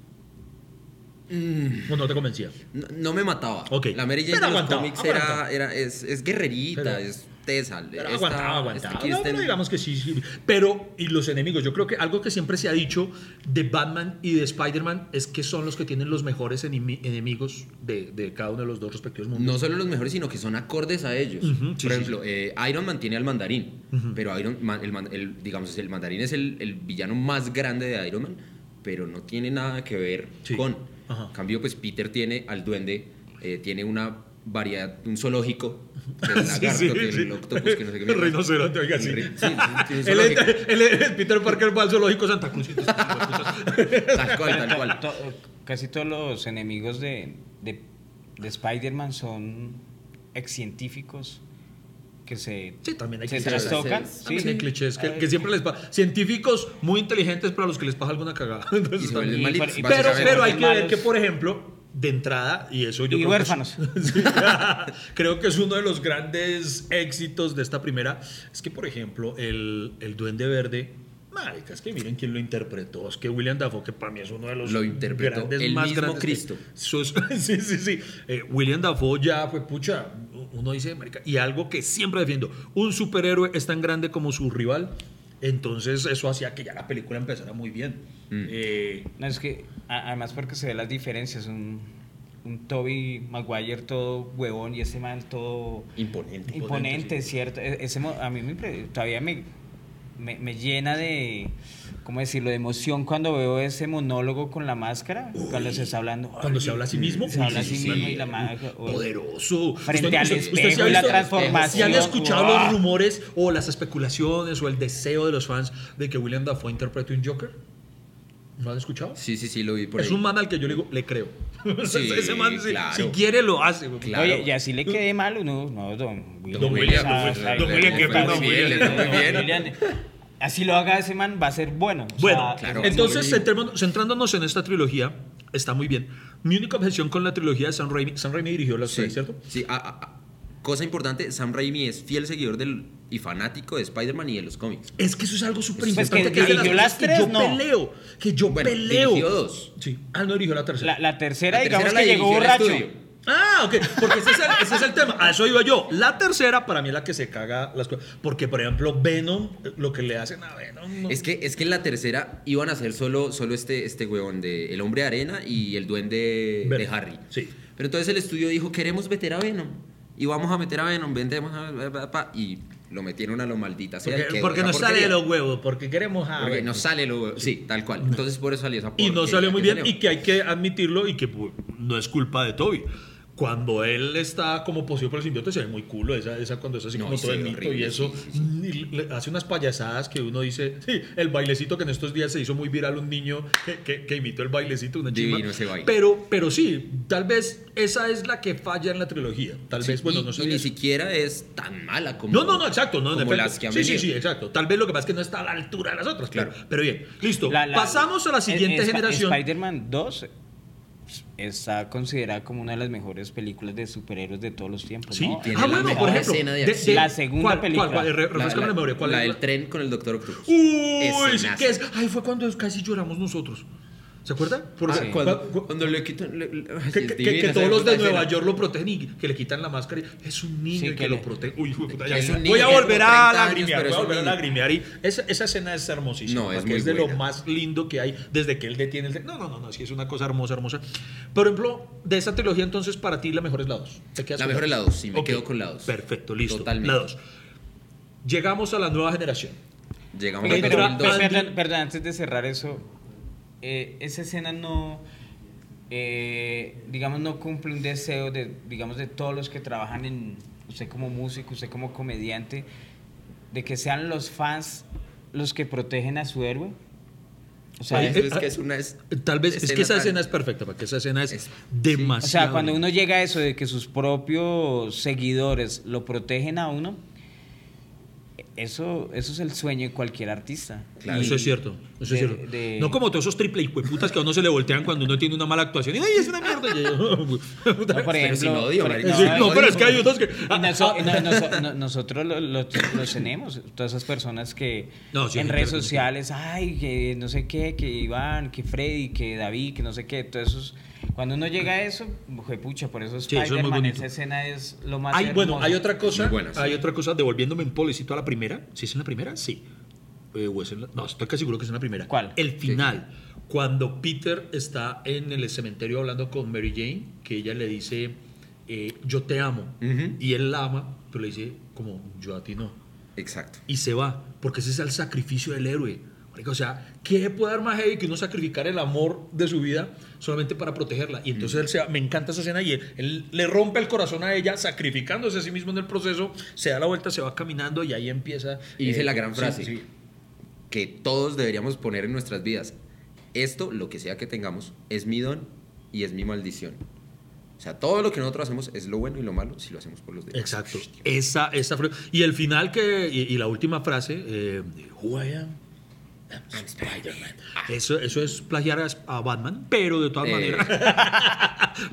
S1: ¿O no te convencía?
S4: No, no me mataba.
S1: Ok.
S4: La Mary Jane
S1: Pero
S4: de los
S1: aguantaba,
S4: cómics
S1: aguantaba.
S4: era, era, es, es guerrerita,
S1: Pero-
S4: es tesal.
S1: Pero
S4: esta-
S1: aguantaba, aguantaba.
S4: esta
S1: No,
S4: Kirsten-
S1: pero digamos que sí, sí. Pero, y los enemigos, yo creo que algo que siempre se ha dicho de Batman y de Spider-Man es que son los que tienen los mejores enemi- enemigos de, de cada uno de los dos respectivos mundos.
S4: No solo los mejores, sino que son acordes a ellos.
S1: Ujú, sí,
S4: Por ejemplo, eh, Iron Man tiene al mandarín, pero Iron Man- el, man- el- digamos, el mandarín es el, el villano más grande de Iron Man, pero no tiene nada que ver
S1: Sí.
S4: con.
S1: Ajá.
S4: En cambio, pues Peter tiene al duende, eh, tiene una variedad, un zoológico, que el
S1: Sí,
S4: lagarto,
S1: sí,
S4: que
S1: sí.
S4: el octopus, que no sé qué.
S1: El rinoceronte, oiga, sí.
S4: El ri- sí, tiene un
S1: Él es-
S4: zoológico.
S1: él es- el Peter Parker va al zoológico Santa Cruz. pues,
S4: Tal cual, tal cual.
S2: To- eh, casi todos los enemigos de, de, de Spider-Man son ex científicos que se,
S1: Sí, también hay
S2: se
S1: clichés.
S2: trastocan.
S4: Sí,
S1: También Eh, hay
S2: sí.
S1: clichés que, que siempre les pasa. Científicos muy inteligentes para los que les pasa alguna cagada. Entonces,
S4: Y se vuelven
S2: Y-
S4: malitos,
S2: pero-
S1: Pero,
S4: básicamente.
S1: pero hay que ver
S2: Malos.
S1: que, por ejemplo, de entrada, y eso yo
S2: Y
S1: creo
S2: huérfanos.
S1: Que es, Sí. creo que es uno de los grandes éxitos de esta primera. Es que, por ejemplo, el, el Duende Verde. Marica, es que miren quién lo interpretó. Es que William Dafoe, que para mí es uno de los
S4: Lo interpretó el mismo Cristo.
S1: Eso es- sí, sí, sí. Eh, William Dafoe ya fue pucha. Uno dice, marica, y algo que siempre defiendo, un superhéroe es tan grande como su rival. Entonces eso hacía que ya la película empezara muy bien. Eh,
S2: No, es que a- además porque se ven las diferencias. Un, un Toby Maguire todo huevón y ese man todo
S4: Imponente.
S2: imponente, ¿cierto? E- Ese, mo- a mí me impre- todavía me, me, me llena de, ¿cómo decirlo?, de emoción cuando veo ese monólogo con la máscara, cuando se está hablando.
S1: Cuando se habla a sí mismo.
S2: Se habla a sí
S1: Sí, eh,
S2: mismo y la máscara.
S1: Poderoso.
S2: Frente
S1: Usted-
S2: al
S1: usted-
S2: espejo
S1: usted se ha
S2: y la
S1: visto-
S2: transformación.
S1: Si han escuchado
S2: ¡Ah!
S1: los rumores o las especulaciones o el deseo de los fans de que William Dafoe interprete un Joker, ¿no han escuchado?
S4: Sí, sí, sí, lo vi por ahí.
S1: Es un man al que yo le digo, le creo.
S4: Sí,
S1: Ese man, si,
S4: claro.
S1: si quiere, lo hace. güey.
S4: Claro.
S2: Oye, y así le quede mal uno. No, don William.
S1: Don William,
S2: Ah,
S1: don
S2: está
S1: William, don William,
S2: bien,
S1: qué
S2: está bien,
S1: pena, don
S4: William,
S2: don
S4: muy bien.
S2: William. Así lo haga ese man, va a ser bueno. o
S1: Bueno,
S2: sea,
S4: claro.
S1: entonces
S4: Muy bien.
S1: centrémonos- centrándonos en esta trilogía, está muy bien. Mi única objeción con la trilogía de Sam Raimi, Sam Raimi dirigió las
S4: Sí,
S1: seis, ¿cierto?
S4: Sí, a- a- a- cosa importante, Sam Raimi es fiel seguidor del, y fanático de Spider-Man y de los cómics.
S1: Es que eso es algo súper
S2: Pues que
S1: importante. es de
S2: dirigió
S1: cosas
S2: las
S1: que
S2: tres,
S1: yo
S2: no.
S1: peleo. Que yo
S4: Bueno,
S1: peleo.
S4: dirigió dos.
S1: Sí. Ah, no dirigió la tercera.
S2: La, la tercera,
S4: La
S2: digamos
S4: tercera la
S2: que llegó
S4: dirigió el
S2: borracho.
S4: estudio.
S1: Ah, ok, porque ese es, el, ese es el tema. A eso iba yo. La tercera, para mí, es la que se caga las cosas. Porque, por ejemplo, Venom, lo que le hacen a Venom. no-
S4: Es que, es que en la tercera iban a ser solo, solo este, este huevón de El Hombre de Arena y el Duende de
S1: Venom.
S4: Harry.
S1: Sí.
S4: Pero entonces el estudio dijo, queremos meter a Venom. Y vamos a meter a Venom, vendemos a... pa, pa", Y lo metieron a lo maldita. sea,
S1: Porque,
S4: quedó
S1: porque
S4: esa
S1: nos sale
S4: porquería.
S1: de los huevos, porque queremos a
S4: Porque
S1: Venom.
S4: no sale lo... Sí, tal cual. Entonces por eso salió esa
S1: Y no
S4: porquería
S1: salió muy
S4: que
S1: bien
S4: salió.
S1: y que hay que admitirlo y que pues, no es culpa de Toby. Cuando él está como poseído por el simbionte se ve muy culo, esa, esa cuando es así
S4: No,
S1: como
S4: y se
S1: todo el
S4: ve
S1: mito y
S4: horrible,
S1: eso,
S4: sí, sí,
S1: y le- hace unas payasadas que uno dice, sí, el bailecito que en estos días se hizo muy viral un niño que, que- que imitó el bailecito, una
S4: Divino
S1: chimba.
S4: ese baile.
S1: Pero, pero sí, tal vez esa es la que falla en la trilogía, tal
S4: Sí,
S1: vez, bueno,
S4: y-
S1: no sé.
S4: y ni
S1: eso.
S4: siquiera es tan mala como...
S1: No, no, no, exacto. No, en
S4: como
S1: efecto.
S4: las que han
S1: sí, sí,
S4: venido.
S1: sí, exacto. Tal vez lo que pasa es que no está a la altura de las otras, claro. Pero,
S4: Claro.
S1: bien, listo.
S2: La- la-
S1: Pasamos a la siguiente
S2: es- es-
S1: generación.
S2: Spider-Man 2 está considerada como una de las mejores películas de superhéroes de todos los tiempos.
S1: Sí,
S2: ¿no?
S4: pues tiene
S1: ah,
S4: la
S1: bueno,
S4: mejor
S1: por ejemplo,
S4: escena de acción.
S2: La segunda
S1: ¿cuál,
S2: película.
S1: ¿Cuál, cuál? Re-
S4: La-
S1: refresca la,
S4: la-
S1: memoria. ¿Cuál
S4: la
S1: es
S4: del tren con el Doctor Octopus.
S1: Uy,
S4: Escenazo.
S1: ¿qué es? Ay, fue cuando casi lloramos nosotros. ¿Se acuerdan? Por
S4: Ah,
S1: esa-
S4: cuando,
S1: cu- cu-
S4: cuando le quitan... le- le- ay,
S1: que,
S4: es
S1: que- que-
S4: divina
S1: que
S4: esa
S1: todos los de
S4: puta
S1: Nueva
S4: escena.
S1: York lo protegen y que le quitan la máscara. y Es un niño
S2: Sí,
S1: y que,
S2: que
S1: lo
S2: le-
S1: protege. Uy, hijo de puta,
S4: que
S1: ya.
S4: es un niño
S1: voy a
S4: que tiene
S1: volver
S4: como
S1: a
S4: 30 años,
S1: lagrimear.
S4: pero
S1: Voy a
S4: es un
S1: volver a
S4: niño.
S1: lagrimear. Y esa, esa escena es hermosísima.
S4: No, es
S1: porque
S4: muy
S1: es de lo
S4: buena.
S1: más lindo que hay desde que él detiene el. No, no, no, no. Sí, es una cosa hermosa, hermosa. Por ejemplo, de esa trilogía, entonces, para ti, la mejor es la 2. ¿Te quedas
S4: La
S1: con
S4: mejor es la 2, sí, me
S1: Ok,
S4: quedo con la 2.
S1: Perfecto, listo.
S4: Totalmente.
S1: La 2. Llegamos a la nueva generación.
S4: Llegamos al
S2: Oye, pero,
S4: 2002.
S1: Andrew-
S2: perdón, perdón, antes de cerrar eso, eh, esa escena no, eh, digamos, no cumple un deseo de, digamos, de todos los que trabajan en, usted como músico, usted como comediante, de que sean los fans los que protegen a su héroe. O sea,
S1: Ahí
S2: es-
S4: Eso es que es una es-
S1: Tal vez es que esa
S4: tan-
S1: escena es perfecta, porque esa escena es,
S4: Es- sí.
S1: demasiado.
S2: o sea, cuando uno llega a eso de que sus propios seguidores lo protegen a uno, eso, eso es el sueño de cualquier artista.
S4: Claro.
S1: Eso es cierto, eso es
S2: de-
S1: cierto.
S2: de-
S1: No como todos esos triple putas que a uno se le voltean cuando uno tiene una mala actuación. Y, ¡Ay, es una mierda! Y yo,
S2: No, por
S4: Pero
S2: ejemplo,
S4: sin odio,
S2: por-
S4: marica.
S1: Sí, no, pero es que hay otros que.
S2: Y noso- y no- noso- no- nosotros lo- lo- los tenemos, todas esas personas que
S1: No, sí,
S2: en
S1: gente
S2: redes
S1: reconocida.
S2: sociales, ay, que no sé qué, que Iván, que Freddy, que David, que no sé qué, todos esos. Cuando uno llega a eso, fue pucha, por eso
S1: Sí, eso es muy
S2: Spider-Man,
S1: bonito.
S2: esa escena es lo más.
S1: Hay, bueno,
S2: hermoso.
S1: hay otra cosa.
S4: Muy buenas.
S1: Hay otra cosa, devolviéndome en policito a la primera. ¿Sí es en la primera? Sí. Eh, o es en la- no, estoy casi seguro que es en la primera.
S2: ¿Cuál?
S1: El final. Cuando Peter está en el cementerio hablando con Mary Jane, que ella le dice, eh, yo te amo.
S4: Ujú.
S1: Y él la ama, pero le dice, como, yo a ti no.
S4: Exacto.
S1: Y se va, porque ese es el sacrificio del héroe. Marica, O sea, ¿qué puede dar más heavy que uno sacrificar el amor de su vida solamente para protegerla? Y entonces él se va- me encanta esa escena y él, él le rompe el corazón a ella, sacrificándose a sí mismo en el proceso, se da la vuelta, se va caminando y ahí empieza. eh,
S4: Y dice la gran
S1: sí,
S4: frase
S1: sí.
S4: que todos deberíamos poner en nuestras vidas. Esto, lo que sea que tengamos, es mi don y es mi maldición. O sea, todo lo que nosotros hacemos es lo bueno y lo malo si lo hacemos por los demás.
S1: Exacto. Esa, esa fra- Y el final que, y, y la última frase, eh, Who I am. I'm Spider-Man. Eso, eso es plagiar a, a Batman, pero de todas
S4: Eh.
S1: maneras.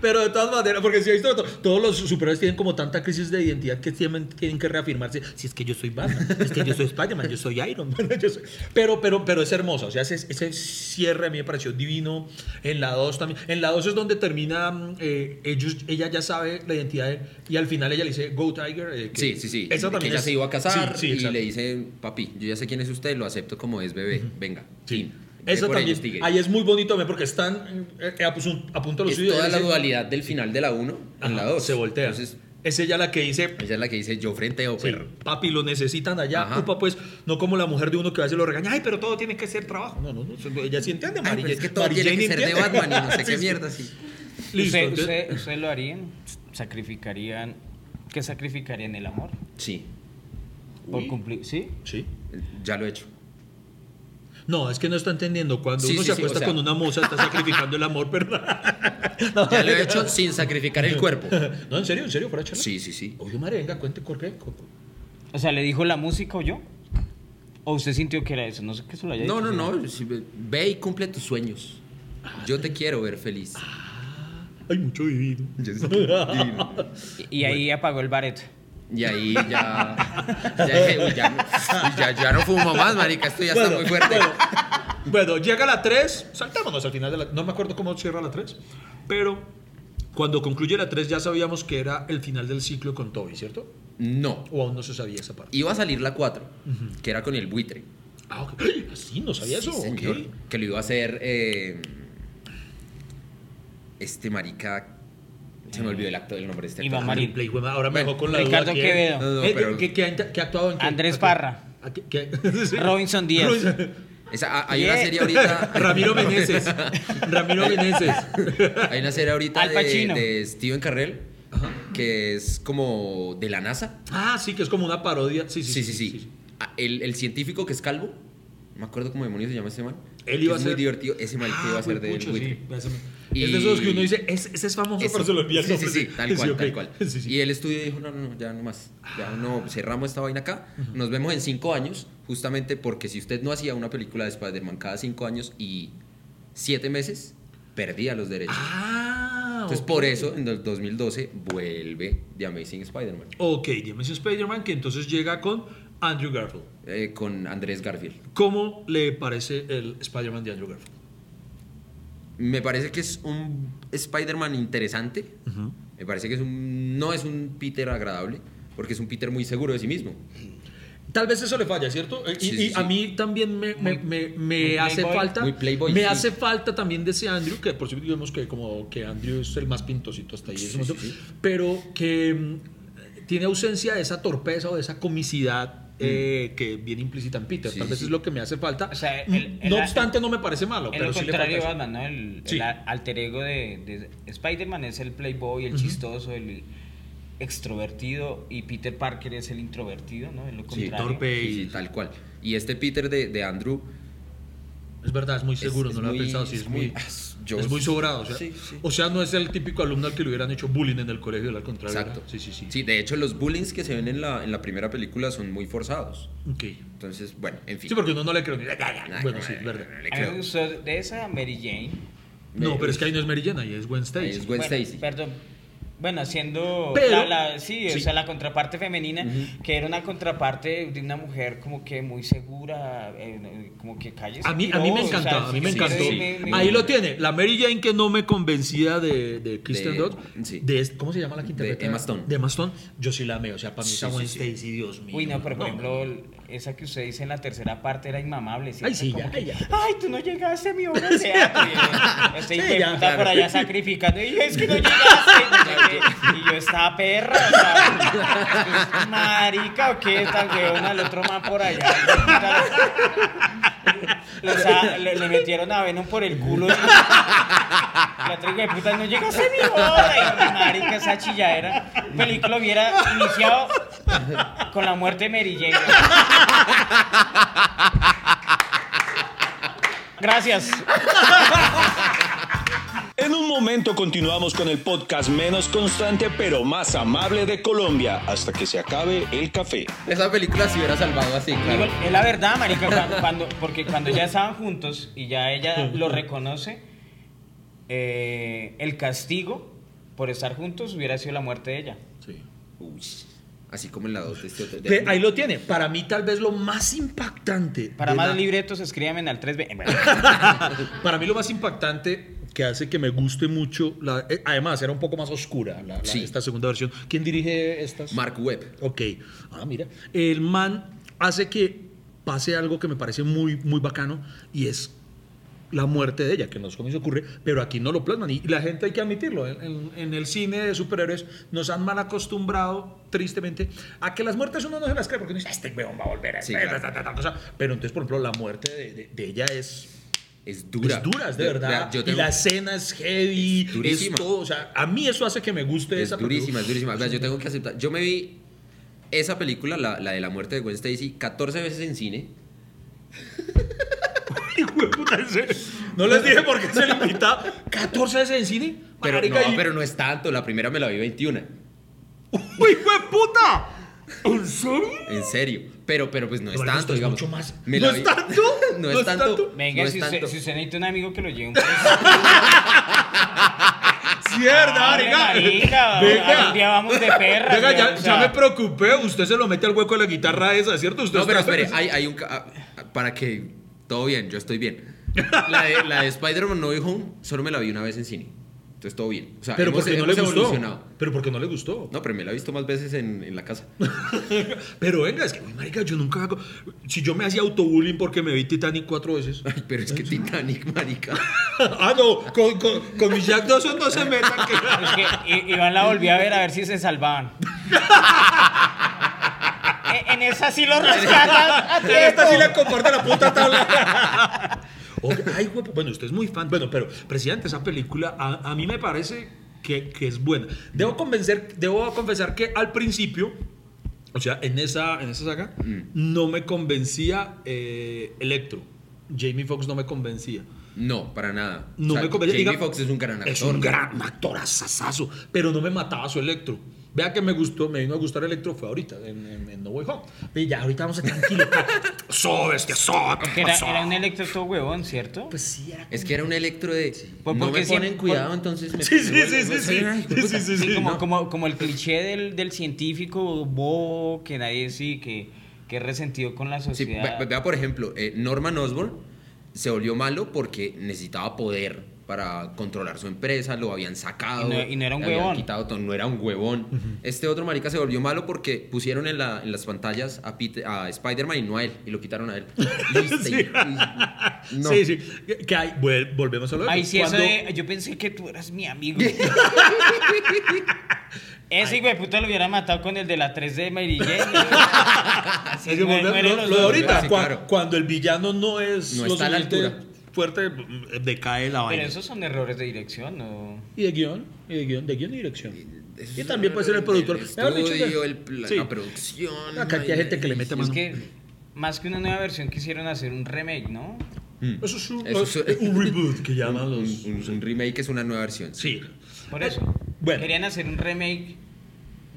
S1: pero de todas maneras, porque si he visto to- todos los superhéroes tienen como tanta crisis de identidad que tienen, tienen que reafirmarse. Si es que yo soy Batman, es que yo soy Spider-Man, yo soy Iron Man. yo soy- pero, pero, pero es hermoso. O sea, ese, ese cierre a mí me pareció divino. En la 2 también. En la 2 es donde termina. mm, eh, ellos, ella ya sabe la identidad de- y al final ella le dice Go Tiger. eh, que-
S4: Sí, sí, sí.
S1: Esa
S4: Que
S1: también
S4: ella
S1: es-
S4: se iba a casar
S1: Sí, sí,
S4: y
S1: exacto.
S4: le dice, papi, yo ya sé quién es usted, lo acepto como es bebé. Venga.
S1: Sí.
S4: fin. Ve
S1: Eso
S4: por
S1: también.
S4: ellos, tigre".
S1: ahí es muy bonito también porque están eh, eh, a, su- a punto de los
S4: es
S1: suyos.
S4: toda la dualidad del final de la 1
S1: Ajá,
S4: en la 2.
S1: se voltea.
S4: Entonces,
S1: Es ella la que dice,
S4: Ella es la que dice yo frente a
S1: Sí,
S4: Oper.
S1: papi, lo necesitan allá.
S4: Ajá.
S1: Upa, pues, no como la mujer de uno que a veces lo regaña. Ay, pero todo tiene que ser trabajo. No, no, no. eso- Ella sí entiende, Mari.
S4: es que todo
S1: Mari
S4: tiene
S1: pues, Jane
S4: que ser de
S1: entiende.
S4: Batman y no sé
S1: Sí,
S4: qué
S1: sí.
S4: mierda, sí.
S1: Listo.
S2: ¿Usted,
S1: entonces-
S2: usted- usted lo harían? ¿Sacrificarían? ¿Qué sacrificarían el amor?
S4: Sí,
S2: Por cumplir. ¿Sí?
S1: Sí.
S4: ya lo he hecho.
S1: No, es que no está entendiendo. Cuando
S4: Sí,
S1: uno
S4: sí,
S1: se
S4: sí, o
S1: acuesta
S4: sea-
S1: con una moza, está sacrificando el amor, pero.
S4: Ya lo he hecho sin sacrificar el cuerpo.
S1: no, en serio, en serio, fuera de charla.
S4: Sí, sí, sí.
S1: Oye, Mari, venga, cuente por qué. co-
S2: O sea, ¿le dijo la música o yo? ¿O usted sintió que era eso? No sé qué se lo haya
S4: No, no,
S2: dicho.
S4: no. sí, ve- Ve y cumple tus sueños.
S1: Ah,
S4: Yo te quiero ver feliz.
S1: Hay mucho divino.
S2: Y, y ahí apagó el bareto.
S4: Y ahí ya. Ya, dije, uy, ya, uy, ya- ya no fumo más, marica. Esto ya está muy fuerte.
S1: Bueno, bueno, llega la 3, saltémonos al final de la... No me acuerdo cómo cierra la 3, pero cuando concluye la 3 ya sabíamos que era el final del ciclo con Toby, ¿cierto?
S4: No.
S1: O aún no se sabía esa parte.
S4: Iba a salir la 4, que era con el buitre.
S1: Ah, ok. ¡Ay! Así, no sabía
S4: Sí,
S1: eso.
S4: señor.
S1: ok.
S4: Que lo iba a hacer. eh, este marica. Se me olvidó el acto del nombre de este
S2: Iván
S4: actor.
S2: Marín.
S1: El Play, güey, ahora me
S4: Bueno,
S1: dejó con la duda,
S2: Ricardo
S1: ¿quién?
S2: Quevedo.
S4: No, no,
S1: Eh,
S4: pero-
S1: ¿qué- qué ha inter- qué ha actuado en qué?
S2: Andrés
S1: ¿A qué?
S2: Parra.
S1: ¿A qué- qué? Sí.
S2: Robinson Díaz.
S1: Robinson-
S4: Esa- a- hay una
S2: Yeah.
S4: serie ahorita.
S1: Ramiro Meneses. Ramiro Meneses.
S4: Hay una serie ahorita
S2: Al
S4: de,
S2: Pacino.
S4: de Steven Carrell. Que es como de la NASA.
S1: Ah, sí, que es como una parodia. Sí, sí,
S4: Sí, sí, sí. Ah, El, el científico que es calvo. No me acuerdo cómo demonios se llama ese man.
S1: Él
S4: que
S1: iba
S4: es
S1: a
S4: muy
S1: ser-
S4: divertido. Ese man que iba a
S1: Ah,
S4: ser
S1: güey,
S4: de
S1: pucho,
S4: buitre.
S1: sí, ya se me-
S4: Y-
S1: Es de esos que uno dice, "Es- ese es famoso,
S4: Eso.
S1: pero se lo olvida el
S4: Sí, sí,
S1: nombre".
S4: sí, tal cual,
S1: ok.
S4: tal cual.
S1: Sí, sí.
S4: Y el estudio dijo, no, no, no, ya no más. Ya no, cerramos esta vaina acá. Nos vemos en cinco años, justamente porque si usted no hacía una película de Spider-Man cada cinco años y siete meses, perdía los derechos.
S1: Ah,
S4: Entonces,
S1: ok.
S4: por eso, en el 2012, vuelve The Amazing Spider-Man.
S1: Ok, The Amazing Spider-Man, que entonces llega con Andrew Garfield.
S4: eh, con Andrés Garfield.
S1: ¿Cómo le parece el Spider-Man de Andrew Garfield?
S4: Me parece que es un Spider-Man interesante. Me parece que es un, no es un Peter agradable, porque es un Peter muy seguro de sí mismo.
S1: Tal vez eso le falla, ¿cierto? Eh, Y,
S4: Sí, sí,
S1: y a
S4: sí.
S1: mí también me, me- me- me hace
S2: playboy.
S1: falta.
S4: Muy playboy,
S1: me
S4: sí.
S1: hace falta también de ese Andrew, que por cierto digamos que como que Andrew es el más pintosito hasta ahí en ese
S4: Sí, sí,
S1: momento,
S4: sí.
S1: pero que mm, tiene ausencia de esa torpeza o de esa comicidad. eh, que viene implícita en Peter,
S4: Mm. Sí,
S1: tal
S4: sí,
S1: vez
S4: sí.
S1: es lo que me hace falta.
S2: O sea, el- el-
S1: no obstante, no me parece
S2: En
S1: malo, pero
S2: lo
S1: sí le
S2: contrario de
S1: falta eso.
S2: Batman, ¿no? El,
S1: Sí.
S2: el a- alter ego de, de Spider-Man es el playboy, el chistoso, el extrovertido y Peter Parker es el introvertido, ¿no? Es lo
S4: Sí,
S2: contrario.
S1: torpe.
S4: Sí, sí, tal cual. Y este Peter de, de Andrew
S1: Es verdad, es muy seguro,
S4: es
S1: no lo
S4: muy-
S1: he pensado, sí, es,
S4: es
S1: muy,
S4: muy- ah, yo-
S1: es muy sobrado. O sea,
S4: Sí, sí.
S1: o sea, no es el típico alumno al que le hubieran hecho bullying en el colegio, al contrario.
S4: Exacto.
S1: era- Sí, sí, sí.
S4: de hecho, los bullings que se ven en la, en la primera película son muy forzados.
S1: Ok.
S4: Entonces, bueno, en fin.
S1: Sí, porque uno no le creo ni.
S4: Nah,
S1: Bueno,
S4: no,
S1: sí,
S4: no,
S1: es
S4: no,
S1: verdad.
S4: no le
S2: A mí
S4: creo.
S2: me gustó de esa Mary Jane.
S1: No, pero es que ahí no es Mary Jane, ahí es Gwen Stacy.
S4: Ahí es Gwen
S2: Bueno,
S4: Stacy.
S2: Perdón. Bueno, haciendo
S1: Pero-
S2: la, la- sí,
S1: sí.
S2: o sea, la contraparte femenina, que era una contraparte de una mujer como que muy segura, eh, como que calles.
S1: A mí, a mí me encantó, a mí me
S4: sí,
S1: encantó.
S4: sí, me- me-
S1: Ahí lo tiene, la Mary Jane que no me convencía de, de Kristen
S4: De-
S1: Dodd.
S4: sí.
S1: de este- ¿Cómo se llama la que interpreta?
S4: Emma Stone.
S1: De Emma Stone. Yo sí la amé, o sea, para mí
S4: Sí,
S1: esa
S4: sí,
S1: Gwen
S4: sí.
S1: Stacy, Dios mío.
S2: Uy, no, pero por ejemplo, el- esa que usted dice en la tercera parte era inmamable. ¿cierto?
S1: Ay, sí,
S2: Como
S1: ya,
S2: que,
S1: ya.
S2: Ay, tú no llegaste a mi obra de teatro. Y Este
S1: Sí,
S2: hijo de
S1: ya,
S2: puta
S1: claro.
S2: por allá sacrificando. Y es que no llegaste. y no sé qué. Y yo, estaba perra. o sea, pues, Marica, ¿o qué? Tan weona, el otro más por allá. hijo de puta. O sea, le, le metieron a Venom por el culo. y- la trigo de puta no llegaste a mi boda. Y marica, esa chilladera. Película hubiera iniciado con la muerte de Mary Jane. Gracias.
S3: En un momento continuamos con el podcast menos constante pero más amable de Colombia hasta que se acabe el café.
S4: Esa película se hubiera salvado así,
S2: Digo,
S4: claro.
S2: es la verdad, marica, cuando, cuando- porque cuando ya estaban juntos y ya ella lo reconoce, eh, el castigo por estar juntos hubiera sido la muerte de ella.
S1: Sí.
S4: Uy, así como en la 2 de este otro.
S1: Ve, ahí lo tiene. Para mí, tal vez lo más impactante.
S2: Para
S1: de
S2: más
S1: la-
S2: libretos, escríbanme al 3B. Bueno,
S1: Para mí lo más impactante que hace que me guste mucho, la- eh, además era un poco más oscura la- la-
S4: Sí.
S1: esta segunda versión. ¿Quién dirige estas?
S4: Mark Webb.
S1: Ok. Ah, mira. El man hace que pase algo que me parece muy, muy bacano y es la muerte de ella, que en los cómics ocurre, pero aquí no lo plasman. Y la gente hay que admitirlo, en, en- en el cine de superhéroes nos han mal acostumbrado, tristemente, a que las muertes uno no se las cree, porque uno dice, este weón va a volver a
S4: Sí,
S1: eh,
S4: claro.
S1: ta, ta, ta, cosa". Pero entonces, por ejemplo, la muerte de, de- de ella es...
S4: Es dura.
S1: Dura. Es dura, es de verdad.
S4: Vea, yo
S1: Y
S4: tengo-
S1: la escena es heavy,
S4: Es
S1: es,
S4: durísima.
S1: todo. O sea, a mí eso hace que me guste
S4: Es
S1: esa
S4: durísima,
S1: película.
S4: es durísima. Vea, yo tengo que aceptar. Yo me vi esa película, la, la de la muerte de Gwen Stacy, 14 veces en cine.
S1: Hijo de puta, en serio. No les dije por qué se le invitaba. 14 veces en cine.
S4: Pero no,
S1: Marica, y-
S4: pero no es tanto. La primera me la vi 21.
S1: ¡Uy, hijo de puta! ¿En serio?
S4: En serio. Pero, pero pues no es
S1: Igual esto
S4: tanto,
S1: es
S4: digamos.
S1: mucho más.
S4: Me
S1: ¿No
S4: la
S1: es
S4: vi-
S1: tanto?
S4: no es tanto.
S2: Venga,
S4: no es
S2: si, usted,
S4: tanto.
S2: si usted necesita un amigo que lo lleve un preso.
S1: Cierta,
S2: hombre, marica,
S1: Venga.
S2: Un día vamos de perra.
S1: Venga, ya,
S2: o
S1: ya
S2: sea,
S1: me preocupé. Usted se lo mete al hueco de la guitarra esa, ¿cierto? Usted
S4: No, pero
S1: está-
S4: espere, hay, hay un. ca- ah, Para que. Todo bien, yo estoy bien. La de, la de Spider-Man No Way Home solo me la vi una vez en cine. Entonces todo bien. O sea,
S1: Pero
S4: hemos-
S1: porque no le
S4: hemos
S1: gustó.
S4: evolucionado.
S1: Pero porque no le gustó.
S4: No, pero me la he visto más veces en, en la casa.
S1: Pero venga, es que, uy, marica, yo nunca. hago- Si yo me hacía autobullying porque me vi Titanic cuatro veces.
S4: Ay, pero es que Titanic, marica.
S1: ah, no, con, con, con mi Jack Dawson no se metan. que-
S2: Es que I- Iván la volvió a ver a ver si se salvaban. E- en esa sí lo rescatan. a
S1: Esta sí
S2: tiempo.
S1: la comparte la puta tabla. Oye, ay, huepo, bueno, usted es muy fan. Bueno, pero, presidente, esa película a, a mí me parece que, que es buena. Debo, convencer, debo confesar que al principio, o sea, en esa, en esa saga, no me convencía eh, Electro. Jamie Foxx no me convencía.
S4: No, para nada.
S1: No
S4: O sea,
S1: me convencía.
S4: Jamie
S1: Diga,
S4: Foxx es un gran actor.
S1: Es un gran actor, asasazo, pero no me mataba su Electro. Vea que me gustó, me vino a gustar Electro fue ahorita, en, en- en No Way Home. Y ya, ahorita vamos a tranquilo. sobes, que sobe.
S2: Que Era, era
S1: e-
S2: un electro todo huevón, ¿cierto?
S1: Pues sí, era
S4: Es que era un electro de.
S2: Por-
S4: No
S2: porque
S4: me ponen
S2: siempre- pues,
S4: cuidado, entonces me.
S1: Sí,
S4: me
S1: sí,
S4: vuelvo-
S1: sí, sí,
S4: me-
S1: sí.
S4: Ay,
S1: Sí, sí, sí,
S2: Sí,
S1: sí.
S2: como, como, como el cliché del, del científico bobo que nadie sí, que, que es resentido con la
S4: Sí,
S2: sociedad.
S4: ve- vea, por ejemplo, eh, Norman Osborn se volvió malo porque necesitaba poder para controlar su empresa, lo habían sacado.
S2: Y no- y no era un
S4: le habían
S2: huevón.
S4: quitado todo, no era un huevón. Este otro marica se volvió malo porque pusieron en, la- en las pantallas a, Peter- a Spider-Man y no a él, y lo quitaron a él. Listo, y-
S1: Sí.
S4: y- no.
S1: Sí, sí. Que- Que hay, vuel- volvemos a lo de
S2: Ay, sí, eso
S1: cuando-
S2: de- Yo pensé que tú eras mi amigo. Ese hijo de puta lo hubiera matado con el de la 3 de Mary Jane. Así
S1: Es que
S2: mue-
S1: volvemos-
S2: mueren
S1: lo,
S2: los
S1: lo de
S2: dos.
S1: ahorita,
S4: Sí,
S1: cua-
S4: claro.
S1: cuando el villano no es
S4: No
S1: lo
S4: está a la
S1: suficiente
S4: altura.
S1: fuerte, eh, decae la
S2: Pero
S1: vaina.
S2: esos son errores de dirección, ¿no?
S1: Y de guión, y de guión, de guión y dirección.
S4: Eso
S1: Y también puede ser el productor.
S4: El
S1: Mejor dicho,
S4: estudio,
S1: ya-
S4: el pla-
S1: sí.
S4: la producción.
S1: Una cantidad de gente que le mete
S2: Es
S1: mano.
S2: que más que una nueva versión quisieron hacer un remake, ¿no?
S4: Mm.
S1: Eso es un,
S4: Eso es-
S1: eh, un reboot que llaman
S4: un,
S1: los.
S4: un- un remake es una nueva versión.
S1: Sí.
S2: Por
S1: Eh,
S2: eso.
S1: bueno.
S2: Querían hacer un remake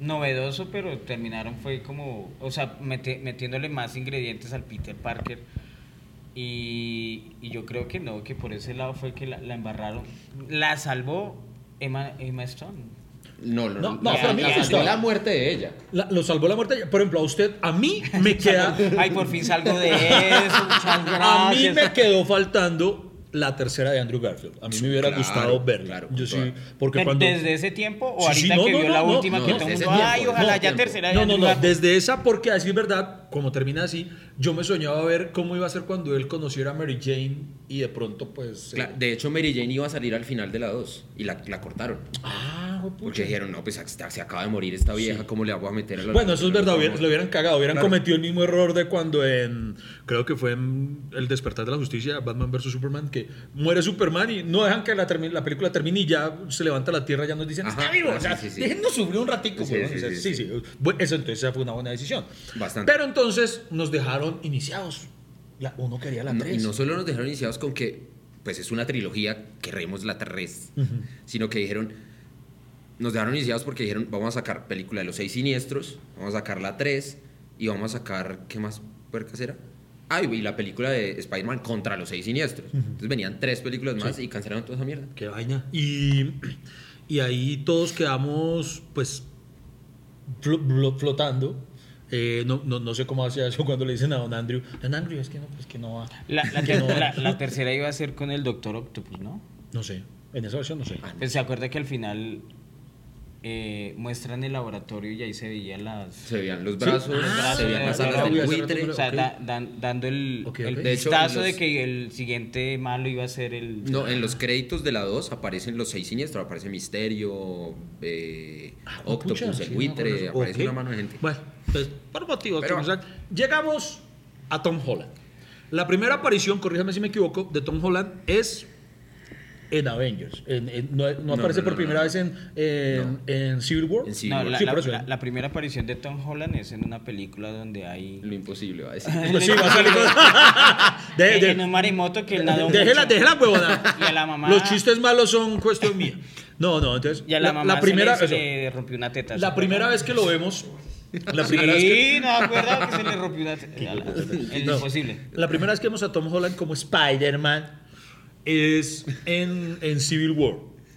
S2: novedoso, pero terminaron fue como, o sea, mete- metiéndole más ingredientes al Peter Parker. Y, y yo creo que no, que por ese lado fue que la, la embarraron. La salvó Emma, Emma Stone.
S4: No, no,
S1: No,
S4: no.
S1: no,
S4: la-
S2: pero a mí
S4: la
S2: me
S4: salvó
S1: gustó.
S4: la muerte de ella.
S1: La- lo salvó la muerte. Por ejemplo, a usted, a mí me queda.
S2: Ay, por fin salgo de eso. Muchas gracias.
S1: A mí me quedó faltando la tercera de Andrew Garfield. A mí me hubiera
S4: Claro,
S1: gustado verla.
S4: claro,
S1: Yo
S4: con
S1: sí,
S4: toda.
S1: porque
S2: Pero
S1: cuando
S2: ¿Desde ese tiempo o
S1: Sí, sí,
S2: ahorita
S1: no,
S2: que
S1: no,
S2: vio
S1: no,
S2: la
S1: no,
S2: última
S4: no,
S2: que
S4: no,
S2: todo el
S4: desde
S2: mundo,
S4: ese
S2: ay,
S4: tiempo,
S2: ojalá
S4: no,
S2: ya
S4: tiempo.
S2: tercera de
S1: No, no,
S2: Andrew
S1: no.
S2: Garfield"?
S1: Desde esa, porque así es verdad, como termina así, yo me soñaba a ver cómo iba a ser cuando él conociera a Mary Jane y de pronto, pues. eh,
S4: Cla- De hecho, Mary Jane iba a salir al final de la 2 y la, la cortaron.
S1: Ah, juepucha.
S4: Porque dijeron, no, pues está- se acaba de morir esta vieja, ¿cómo le voy a meter a la
S1: Bueno, eso es
S4: no
S1: verdad,
S4: lo
S1: hubiera-
S4: podemos-
S1: lo hubieran cagado, hubieran
S4: Claro.
S1: cometido el mismo error de cuando en, creo que fue en El despertar de la justicia, Batman vs. Superman, que muere Superman y no dejan que la, termi- la película termine y ya se levanta la tierra, ya nos dicen,
S4: Ajá,
S1: está vivo,
S4: ah,
S1: o sea,
S4: sí, sí, sí.
S1: déjennos sufrir un ratico.
S4: Sí,
S1: weón".
S4: sí,
S1: O sea,
S4: sí,
S1: sí,
S4: sí.
S1: sí. Bueno, Eso entonces esa fue una buena decisión.
S4: Bastante.
S1: Pero entonces nos dejaron iniciados. La, uno quería la
S4: No, y
S1: tres.
S4: no solo nos dejaron iniciados con que, pues es una trilogía, queremos la 3, sino que dijeron, nos dejaron iniciados porque dijeron, vamos a sacar película de los seis siniestros, vamos a sacar la 3 y vamos a sacar, ¿qué más puercas era? Ah, y y la película de Spider-Man contra los seis siniestros. Entonces venían tres películas más y cancelaron toda esa mierda.
S1: Qué vaina. Y, y ahí todos quedamos, pues, flo- blo- flotando. Eh, no, no, no sé cómo hacía eso cuando le dicen a don Andrew. Don Andrew, es que no, pues que no va.
S2: La, la,
S1: Que no va".
S2: la- la tercera iba a ser con el Doctor Octopus, ¿no?
S1: No sé. En esa versión no sé.
S4: Ah,
S2: Pues se acuerda que al final eh, muestran el laboratorio y ahí se veían las...
S4: Se veían los brazos,
S1: Ah,
S2: las-
S4: se veían las alas
S2: eh,
S4: del
S2: eh,
S4: buitre.
S2: O sea, da- dan- dando el,
S1: Ok,
S2: el
S1: ok.
S4: De hecho,
S2: vistazo de
S4: los-
S2: que el siguiente malo iba a ser el...
S4: No, en los créditos de la 2 aparecen los seis siniestros. Aparece Misterio, eh, Octopus,
S1: Ah, Pucha, sí,
S4: el
S1: no,
S4: buitre,
S1: con razón.
S4: aparece
S1: Ok.
S4: una mano de gente.
S1: Bueno, pues, por motivos.
S4: Pero-
S1: que nos han- llegamos a Tom Holland. La primera aparición, corríjame si me equivoco, de Tom Holland es en Avengers. En- en- no, no aparece
S4: no,
S1: por
S4: no,
S1: primera
S4: no.
S1: vez en, en, en Civil War.
S4: En Civil
S2: No,
S4: War.
S2: la,
S1: Sí,
S2: la-
S1: por eso.
S2: la- la primera aparición de Tom Holland es en una película donde hay...
S4: Lo imposible va a decir.
S1: Pues sí, va a salir con- De- de-
S2: Eh, en un maremoto que él nadó
S1: Déjela,
S2: mucho.
S1: déjela, huevona.
S2: Y a la mamá-
S1: Los chistes malos son cuestión mía. No, no, entonces.
S2: Y a la, mamá se
S1: primera,
S2: le- se,
S1: eso,
S2: le, rompió una teta.
S1: la
S2: ¿se
S1: primera
S2: acuerdan?
S1: vez que lo vemos. La
S2: Sí,
S1: primera vez que,
S2: no me acuerdo que se le rompió una teta. La- la- El
S1: No.
S2: imposible.
S1: La primera vez que vemos a Tom Holland como Spider-Man es en, en Civil War.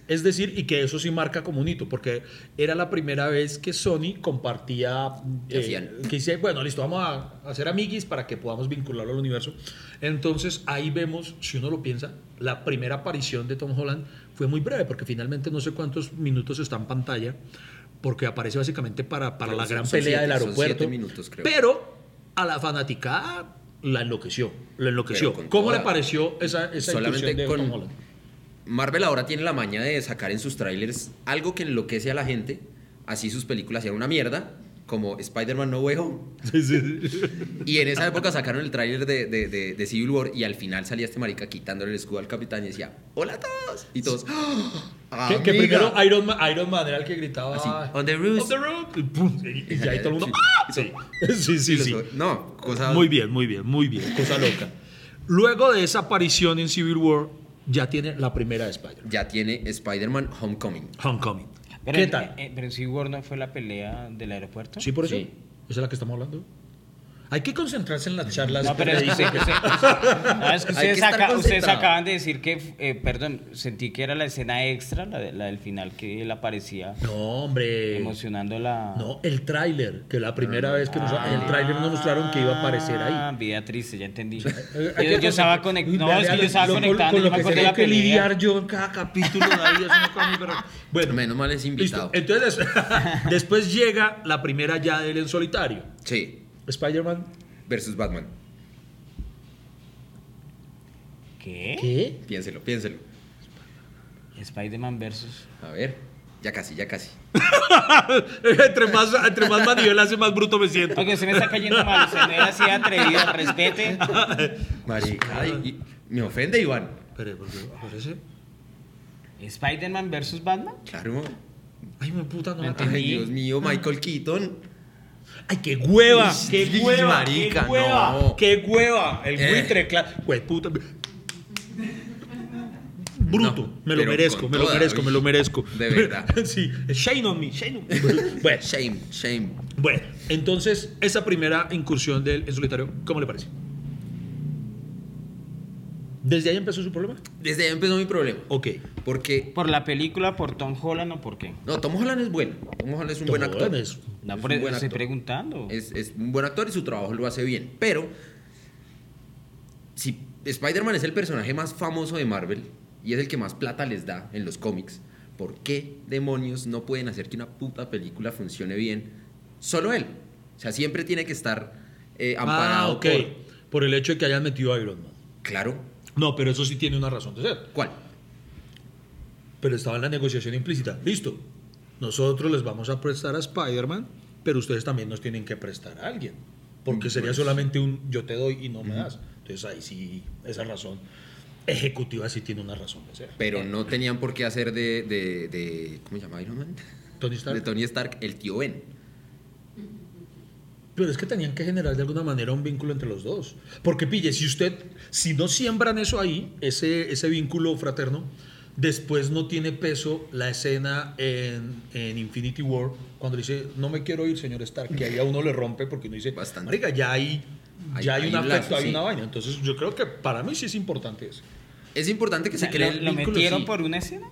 S1: Es decir, y que eso sí marca como un hito, porque era la primera vez que Sony compartía. eh,
S4: Que hacían.
S1: que dice, bueno, listo, vamos a hacer amiguis para que podamos vincularlo al universo. Entonces ahí vemos, si uno lo piensa, la primera aparición de Tom Holland fue muy breve, porque finalmente no sé cuántos minutos está en pantalla, porque aparece básicamente para, para
S4: Creo
S1: la
S4: que son-
S1: gran
S4: son
S1: pelea del
S4: siete, son
S1: aeropuerto.
S4: siete minutos, creo.
S1: Pero a la fanaticada la enloqueció, la enloqueció.
S4: Pero con
S1: ¿Cómo
S4: toda-
S1: le pareció esa, esa
S4: solamente
S1: incursión de
S4: con-
S1: Tom Holland?
S4: Marvel ahora tiene la maña de sacar en sus trailers algo que enloquece a la gente. Así sus películas eran una mierda, como Spider-Man No Way Home. Y en esa época sacaron el tráiler de, de- de- de Civil War y al final salía este marica quitándole el escudo al capitán y decía, hola a todos. Y todos, "¡Ah,
S1: Que, que
S4: amiga!".
S1: primero Iron Man, Iron Man era el que gritaba "Ah,
S4: Así, "On the roof".
S1: "On the roof", y pum, y, y ahí todo el mundo.
S4: Sí.
S1: "¡Ah!". Sí, sí, sí. sí.
S4: No, cosa...
S1: Muy bien, muy bien, muy bien. Cosa loca. Luego de esa aparición en Civil War, ya tiene la primera de Spider-Man,
S4: Ya tiene Spider-Man Homecoming.
S1: Homecoming.
S2: Pero,
S1: ¿Qué
S2: en-
S1: tal?
S2: eh, pero en Sea War no fue la pelea del aeropuerto.
S1: ¿Sí, por eso?
S4: Sí.
S1: ¿Esa es la que estamos hablando? Hay que concentrarse en las charlas.
S2: No, pero es que, usted- usted- no, es que
S4: Hay que
S2: ustedes,
S4: estar
S2: aca- ustedes
S4: concentrado.
S2: acaban de decir que, eh, perdón, sentí que era la escena extra, la, de- la del final que él aparecía
S1: No, hombre.
S2: emocionando la...
S1: Eh, No, el tráiler, que la primera vez que nos, en el tráiler nos mostraron que iba a aparecer
S2: Ah,
S1: ahí.
S2: Beatriz, ya entendí.
S1: Eh,
S2: Yo,
S1: hay que
S2: yo estaba
S1: concentrar-
S2: conectado.
S1: Uy,
S2: No, es
S1: vea,
S2: que yo estaba
S1: lo- con-
S2: conectado.
S1: con
S2: no
S1: lo
S2: me
S1: que
S2: acordé
S1: tengo
S2: la
S1: que
S2: pelea.
S1: lidiar yo en cada capítulo de ahí, eso no cambia, pero- Bueno,
S4: Menos mal es invitado.
S1: listo. Entonces, después llega la primera ya de él en solitario.
S4: Sí,
S1: Spider-Man.
S4: versus Batman.
S2: ¿Qué?
S1: ¿Qué?
S4: Piénselo, piénselo.
S2: Spider-Man versus...
S4: A ver, ya casi, ya casi.
S1: entre más, entre más manivel hace, más bruto me siento.
S2: Porque se me está cayendo mal, se me era así atrevido, respete.
S4: Marica, ay, y- me ofende, Iván.
S1: Espere, porque aparece.
S2: ¿Spider-Man versus Batman?
S4: Claro.
S1: Ay, mi puta, no
S2: Me
S1: la
S2: entiendo.
S4: Ay, Ah.
S2: Entendí.
S4: Dios mío, Michael Keaton.
S1: Ay, qué hueva.
S4: Sí,
S1: Qué hueva.
S4: marica,
S1: qué hueva.
S4: no.
S1: Qué hueva. El
S4: Eh.
S1: buitre, claro. Güey, puta. Bruto,
S4: No,
S1: me lo
S4: pero
S1: merezco,
S4: con
S1: me lo
S4: toda,
S1: merezco,
S4: uy.
S1: me lo merezco.
S4: De verdad.
S1: sí, shame on me, shame on me. bueno,
S4: Eh, Shame, shame.
S1: bueno, entonces, esa primera incursión del en solitario, ¿cómo le parece? ¿Desde ahí empezó su problema?
S4: Desde ahí empezó mi problema.
S1: Ok.
S4: Porque,
S2: ¿Por la película, por Tom Holland o por qué?
S4: no, Tom Holland es bueno. Tom Holland es un buen
S1: Tom
S4: actor.
S1: Holland es-
S2: No,
S4: Es
S2: por
S4: un buen
S2: estoy
S4: actor.
S2: preguntando.
S4: Es, es un buen actor y su trabajo lo hace bien. Pero, si Spider-Man es el personaje más famoso de Marvel y es el que más plata les da en los cómics, ¿por qué demonios no pueden hacer que una puta película funcione bien solo él? O sea, siempre tiene que estar eh, amparado
S1: Ah, ok. Por el hecho de que hayan metido a Iron Man.
S4: por... Claro.
S1: No, pero eso sí tiene una razón de ser.
S4: ¿Cuál?
S1: Pero estaba en la negociación implícita. Listo. Nosotros les vamos a prestar a Spider-Man, pero ustedes también nos tienen que prestar a alguien. Porque sería solamente un yo te doy y no me das. Entonces ahí sí, esa razón ejecutiva sí tiene una razón de ser.
S2: Eh.
S4: Pero no tenían por qué hacer de... de, de- ¿Cómo se llama Iron Man?
S1: Tony Stark.
S4: De Tony Stark, el tío Ben.
S1: Pero es que tenían que generar de alguna manera un vínculo entre los dos. Porque pille, si usted, si no siembran eso ahí, ese, ese vínculo fraterno, después no tiene peso la escena en, en Infinity War, cuando dice, no me quiero ir, señor Stark, que ahí a uno le rompe porque uno dice,
S4: Bastante.
S1: marica, ya hay,
S4: Hay-
S1: ya hay,
S4: hay
S1: un
S4: un lazo,
S1: afecto, hay
S4: sí.
S1: una vaina. Entonces yo creo que para mí sí es importante eso.
S4: Es importante que
S2: O
S4: se
S2: sea,
S4: cree
S2: ¿lo-
S4: el
S2: ¿Lo
S4: vínculo,
S2: metieron
S4: sí.
S2: por una escena?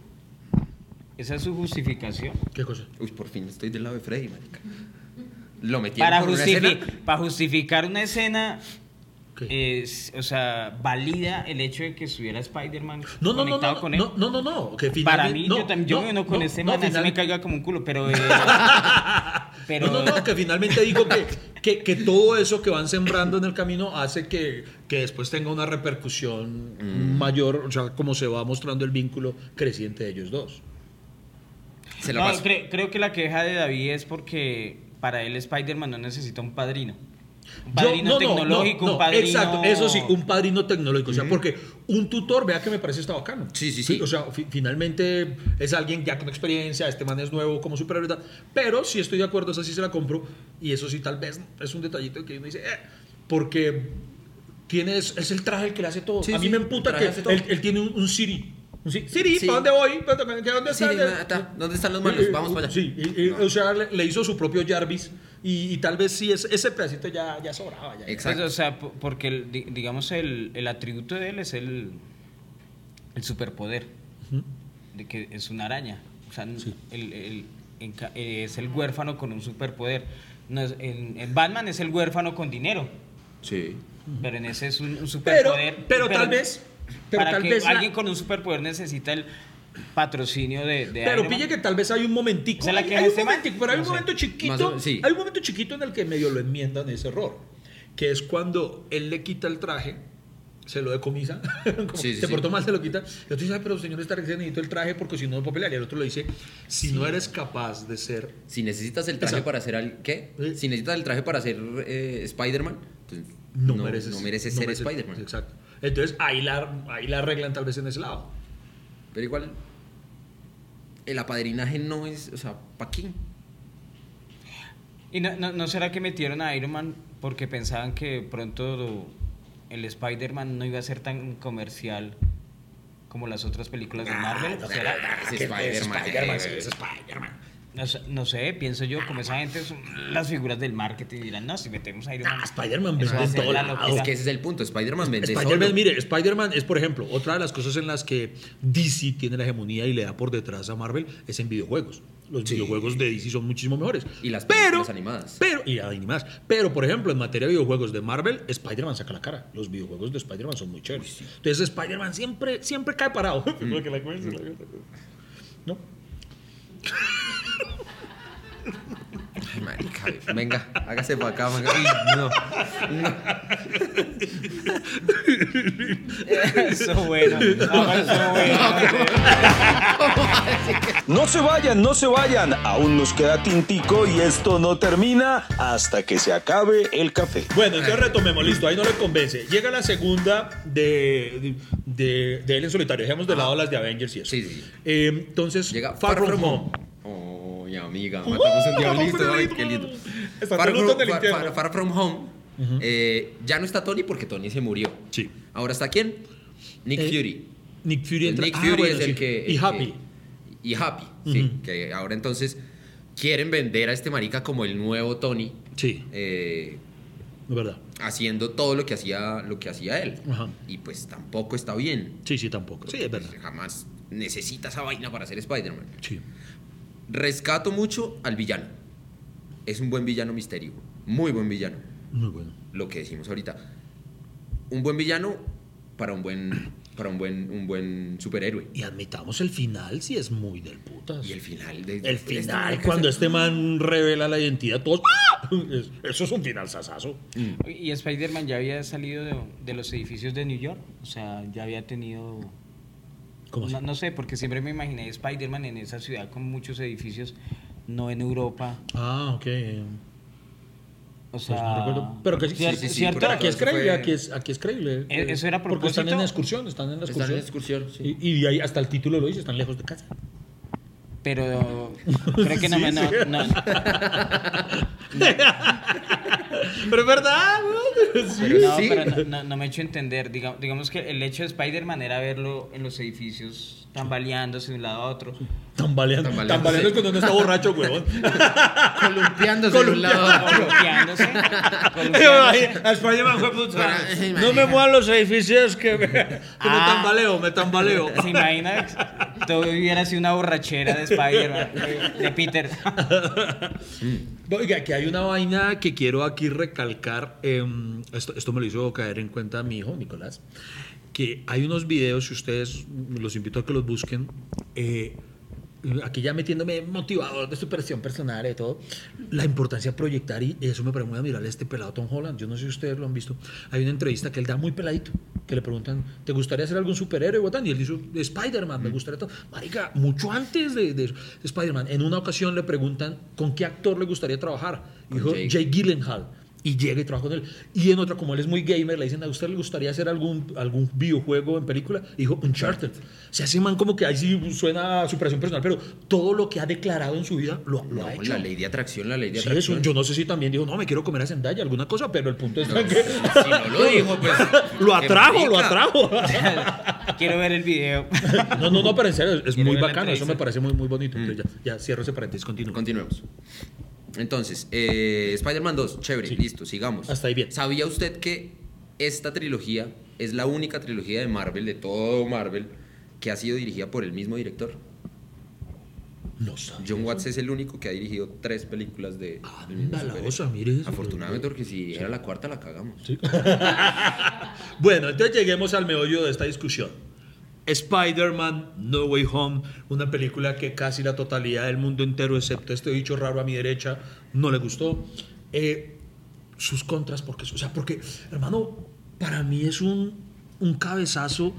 S2: ¿Esa es su justificación?
S1: ¿Qué cosa?
S4: Uy, por fin estoy del lado de Freddy, marica. Lo metieron
S2: Para,
S4: por una
S2: justifi-
S4: escena.
S2: para justificar una escena
S1: Ok.
S2: es, o sea, valida el hecho de que estuviera Spider-Man
S1: No, no, no,
S2: conectado
S1: no,
S2: con él.
S1: no, no, no, no, que
S2: Para
S1: finalmente-
S2: mí,
S1: no,
S2: yo también, yo
S1: no,
S2: no con
S1: no,
S2: este
S1: no,
S2: man, así me
S1: finalmente-
S2: caiga como un culo, pero... eh, pero
S1: No, no, no, que finalmente digo que, que, que todo eso que van sembrando en el camino hace que, que después tenga una repercusión mayor, o sea, como se va mostrando el vínculo creciente de ellos dos.
S4: Se la
S2: No,
S4: paso.
S2: cre- creo que la queja de David es porque para él Spider-Man no necesita un padrino. Un
S1: Yo-
S2: padrino
S1: no, no,
S2: tecnológico,
S1: no,
S2: un
S1: no,
S2: padrino...
S1: Exacto, eso sí, un padrino tecnológico. O sea, porque un tutor, vea que me parece está bacano.
S4: Sí, sí, sí.
S1: O sea, fi- finalmente es alguien ya con experiencia, este man es nuevo como superhéroe. y tal. Pero sí estoy de acuerdo, esa sí se la compro. Y eso sí, tal vez es un detallito que uno dice, eh, porque tiene, es, es el traje el que le hace todo.
S4: Sí,
S1: A mí
S4: sí,
S1: me
S4: el
S1: emputa
S4: traje
S1: que
S4: hace todo.
S1: él, él tiene un, un Siri. Un Siri,
S4: Sí.
S1: ¿para dónde voy? ¿Para dónde- ¿Dónde
S4: Sí,
S1: está?
S4: ta, ¿Dónde están los malos?
S1: Eh,
S4: Vamos para allá.
S1: Sí, y- y,
S4: No.
S1: o sea, le, le hizo su propio Jarvis y, y tal vez sí, es- ese pedacito ya, ya sobraba. Ya,
S4: Exacto.
S2: Pues, o sea, po- porque el- di- digamos el, el atributo de él es el, el superpoder, de que es una araña. O sea, n- el- el- en ca- eh, es el huérfano con un superpoder. No es- en, en Batman es el huérfano con dinero,
S4: Sí.
S2: pero en ese es un, un
S1: Pero,
S2: superpoder.
S1: pero tal vez. Pero
S2: para
S1: tal
S2: que
S1: vez. la-
S2: alguien con un superpoder necesita el patrocinio de, de
S1: pero
S2: Iron Man.
S1: pille que tal vez hay un momentico.
S2: ¿Se la
S1: hay,
S2: queja
S1: hay un
S2: este man?
S1: momentico, pero hay
S2: No
S1: un
S2: sé.
S1: momento
S4: Más o
S1: chiquito.
S4: menos, sí.
S1: Hay un momento chiquito en el que medio lo enmiendan ese error. Que es cuando él le quita el traje, se lo decomisa. como
S4: Sí, sí,
S1: se
S4: sí.
S1: portó mal, se lo quita. Y otro dice, "Ay, pero señor Stark, se necesito el traje porque si no, no puedo pelear". Y el otro le dice, si no eres capaz de ser
S4: Si necesitas el traje
S1: Exacto.
S4: para ser al ¿qué?
S1: Sí.
S4: Si necesitas el traje para ser eh, Spider-Man, entonces
S1: no, mereces,
S4: no mereces
S1: no
S4: ser
S1: mereces-
S4: Spider-Man.
S1: Exacto. Entonces ahí la, ahí la arreglan tal vez en ese lado.
S4: Pero igual el apadrinaje no es, o sea, ¿para qué?
S2: ¿Y no, no, no será que metieron a Iron Man porque pensaban que pronto lo- el Spider-Man no iba a ser tan comercial como las otras películas de
S4: Ah,
S2: Marvel? O
S1: eh,
S2: sea,
S4: Es Spider-Man. eh,
S2: no, sé- no sé, pienso yo, como esa gente son las figuras del marketing dirán, no, si metemos a Iron Man.
S1: Ah, Spider-Man
S2: eso va
S1: vende
S2: a
S1: en
S2: ser
S1: todo
S2: la
S1: lado.
S2: locura".
S4: Es que ese es el punto, Spider-Man vende
S1: Spider-Man,
S4: solo.
S1: mire, Spider-Man es, por ejemplo, otra de las cosas en las que DC tiene la hegemonía y le da por detrás a Marvel es en videojuegos. Los videojuegos de DC son muchísimo mejores.
S4: Y las
S1: pero,
S4: películas animadas.
S1: Pero, y animadas. Pero, por ejemplo, en materia de videojuegos de Marvel, Spider-Man saca la cara. Los videojuegos de Spider-Man son muy chéveres. Entonces, Spider-Man siempre, siempre cae parado.
S4: Mm.
S1: Porque la cuenta- ¿No?
S4: Ay, marica, venga, hágase para acá, venga. Uy, No,
S2: Eso bueno. Ah, eso bueno.
S3: No se vayan, no se vayan. Aún nos queda tintico y esto no termina hasta que se acabe el café.
S1: Bueno, entonces retomemos, listo, ahí no le convence. Llega la segunda de, de, de él en solitario. Dejemos de lado las de Avengers y eso.
S4: Ah. Sí, sí.
S1: Eh, entonces,
S4: llega
S1: Far, From, Home.
S4: Oh, ya, amiga,
S1: ¡Uh!
S4: matamos un
S1: Matamos
S4: diablito,
S1: un
S4: ay,
S1: diablito.
S4: qué lindo.
S1: Está
S4: Far
S1: Toluto
S4: from,
S1: en el
S4: Far-
S1: infierno.
S4: Far- Far From Home, eh, ya no está Tony porque Tony se murió.
S1: Sí.
S4: Ahora está quién? Nick
S1: Eh,
S4: Fury.
S1: Nick Fury entra.
S4: Nick
S1: Ah,
S4: Fury
S1: bueno,
S4: es el
S1: sí.
S4: que.
S1: Y
S4: el
S1: Happy.
S4: que- y Happy, sí. Que ahora entonces quieren vender a este marica como el nuevo Tony,
S1: Sí,
S4: eh,
S1: es verdad.
S4: haciendo todo lo que hacía, lo que hacía él.
S1: Ajá.
S4: Y pues tampoco está bien.
S1: Sí, sí, tampoco. Sí, es
S4: Pues,
S1: verdad.
S4: jamás necesita esa vaina para ser Spider-Man.
S1: Sí.
S4: Rescato mucho al villano. Es un buen villano misterio. Muy buen villano.
S1: Muy bueno.
S4: Lo que decimos ahorita. Un buen villano para un buen, para un buen, un buen superhéroe.
S1: Y admitamos el final, sí es muy del putas.
S4: Y el final de-
S1: El
S4: de esta
S1: final,
S4: marica
S1: cuando
S4: se-
S1: este man revela la identidad, todos. ¡Ah! Es- Eso es un final sasazo.
S4: Mm.
S2: Y Spider-Man ya había salido de, de los edificios de New York. O sea, ya había tenido.
S1: ¿Cómo
S2: no,
S1: así?
S2: no sé, porque siempre me imaginé Spider-Man en esa ciudad con muchos edificios, no en Europa.
S1: Ah, ok.
S2: O
S1: Pues
S2: sea,
S1: no recuerdo. Pero que sí,
S2: cier-
S1: sí, sí,
S2: cierto,
S1: pero
S4: por
S1: aquí es
S4: eso fue-
S1: creíble, aquí es, aquí es creíble.
S2: Eh, eso era a
S1: Porque están
S2: propósito.
S1: en la excursión, están en la
S4: Están en
S1: excursión.
S4: excursión, sí.
S1: Y, y de ahí hasta el título lo dice, están lejos de casa.
S2: pero creo que no
S1: Sí,
S2: me. No,
S1: sí.
S2: no-
S1: Pero es verdad, ¿no?
S2: pero no,
S4: Sí.
S2: pero no- no- no me he hecho entender. Diga- digamos que el hecho de Spider-Man era verlo en los edificios tambaleándose de un lado a otro.
S1: Tambaleando.
S4: Tambaleando,
S1: Tambaleando
S4: sí.
S1: es cuando uno está borracho, huevón.
S4: Columpiándose de un lado a otro.
S2: Columpiándose. columpiándose.
S1: A Spider-Man fue puta.
S4: Para-
S1: No me muevan los edificios que me, que me
S2: Ah.
S1: tambaleo, me tambaleo.
S2: ¿Se imagina? Todo hubiera sido una borrachera de Spider-Man, de- de Peter.
S1: No, Oiga, que hay una vaina que quiero aquí recalcar. em, esto, esto me lo hizo caer en cuenta mi hijo, Nicolás. Que hay unos videos, si ustedes los invito a que los busquen. eh, aquí ya metiéndome motivador de superación personal y todo. La importancia de proyectar, y eso me pregunta mirar a este pelado Tom Holland. Yo no sé si ustedes lo han visto. Hay una entrevista que él da muy peladito. Que le preguntan, ¿te gustaría ser algún superhéroe, Guatán? Y él dice, Spider-Man,
S4: Mm.
S1: me gustaría todo. Marica, mucho antes de, de Spider-Man, en una ocasión le preguntan, ¿con qué actor le gustaría trabajar? Y dijo,
S4: Jake.
S1: Jake Gyllenhaal. Y llega y trabaja con él. Y en otra, como él es muy gamer, le dicen, ¿a usted le gustaría hacer algún, algún videojuego en película? Y dijo, Uncharted. Se hace man como que ahí sí suena a superación personal, pero todo lo que ha declarado en su vida lo, lo ha
S4: No,
S1: hecho.
S4: la ley de atracción, la ley de
S1: Sí, eso.
S4: atracción.
S1: Yo no sé si también dijo, no, me quiero comer a Zendaya, alguna cosa, pero el punto es que
S4: Si no lo dijo, pues.
S1: lo atrajo,
S4: qué
S1: lo
S4: marica.
S1: atrajo.
S2: Quiero ver el video.
S1: No, no, no, pero en serio, es- es
S2: Quiero
S1: muy
S2: ver la
S1: bacano, eso
S2: entrevista.
S1: me parece muy, muy
S4: Mm.
S1: bonito. Entonces ya, ya cierro ese paréntesis, continúo.
S4: Continuemos. Entonces, eh, Spider-Man 2, chévere,
S1: Sí.
S4: listo, sigamos.
S1: Hasta ahí bien.
S4: ¿Sabía usted que esta trilogía es la única trilogía de Marvel, de todo Marvel, que ha sido dirigida por el mismo director?
S1: No sabía.
S4: John Watts es el único que ha dirigido tres películas de.
S1: Ah,
S4: del mismo
S1: la
S4: superhéroe.
S1: osa, mire eso.
S4: Afortunadamente, porque si era la cuarta, la cagamos.
S1: Bueno, entonces lleguemos al meollo de esta discusión. Spider-Man No Way Home, una película que casi la totalidad del mundo entero, excepto este bicho raro a mi derecha, no le gustó. Eh, sus contras, porque, o sea, porque, hermano, para mí es un, un cabezazo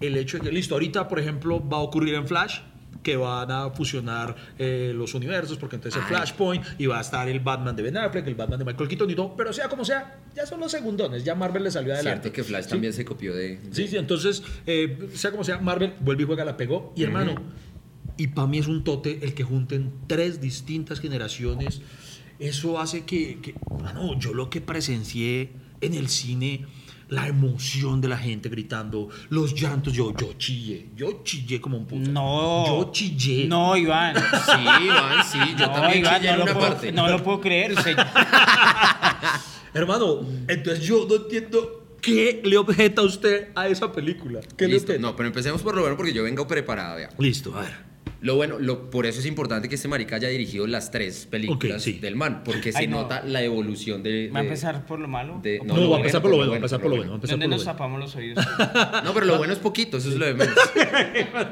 S1: el hecho de que, listo, ahorita, por ejemplo, va a ocurrir en Flash que van a fusionar eh, los universos, porque entonces el Flashpoint y va a estar el Batman de Ben Affleck, el Batman de Michael Keaton y todo, pero sea como sea, ya son los segundones, ya Marvel le salió adelante.
S4: Cierto que Flash
S1: Sí.
S4: también se copió de.
S1: Sí, sí, entonces, eh, sea como sea, Marvel vuelve y juega, la pegó. Y hermano, y para mí es un tote el que junten tres distintas generaciones. Eso hace que, que, mano, yo lo que presencié en el cine, la emoción de la gente gritando, los llantos, yo, yo chillé, yo chillé como un puto.
S2: No.
S1: Yo chillé.
S2: No, Iván.
S4: Sí, Iván, sí, yo
S2: no,
S4: también
S2: Iván,
S4: chillé
S2: no
S4: en
S2: lo
S4: una
S2: puedo-
S4: parte.
S2: no lo puedo creer. usted-
S1: Hermano, entonces yo no entiendo qué le objeta usted a esa película. ¿Qué le
S4: Listo,
S1: objeta?
S4: no, pero empecemos por lo bueno porque yo vengo preparada, vea.
S1: Listo, a ver.
S4: Lo bueno, lo, por eso es importante que este marica haya dirigido las tres películas
S1: Ok, sí.
S4: del man, porque se
S2: Ay, no.
S4: nota la evolución de...
S2: ¿Va a
S4: de-
S2: empezar por lo malo?
S4: de-
S2: ¿O
S1: No,
S4: lo
S1: va a
S4: bueno,
S1: empezar por lo bueno, va a empezar por lo bueno. va a empezar
S2: ¿Dónde
S1: por lo
S2: nos
S1: bueno.
S2: tapamos los oídos?
S4: No, pero lo bueno es poquito, eso es lo de menos.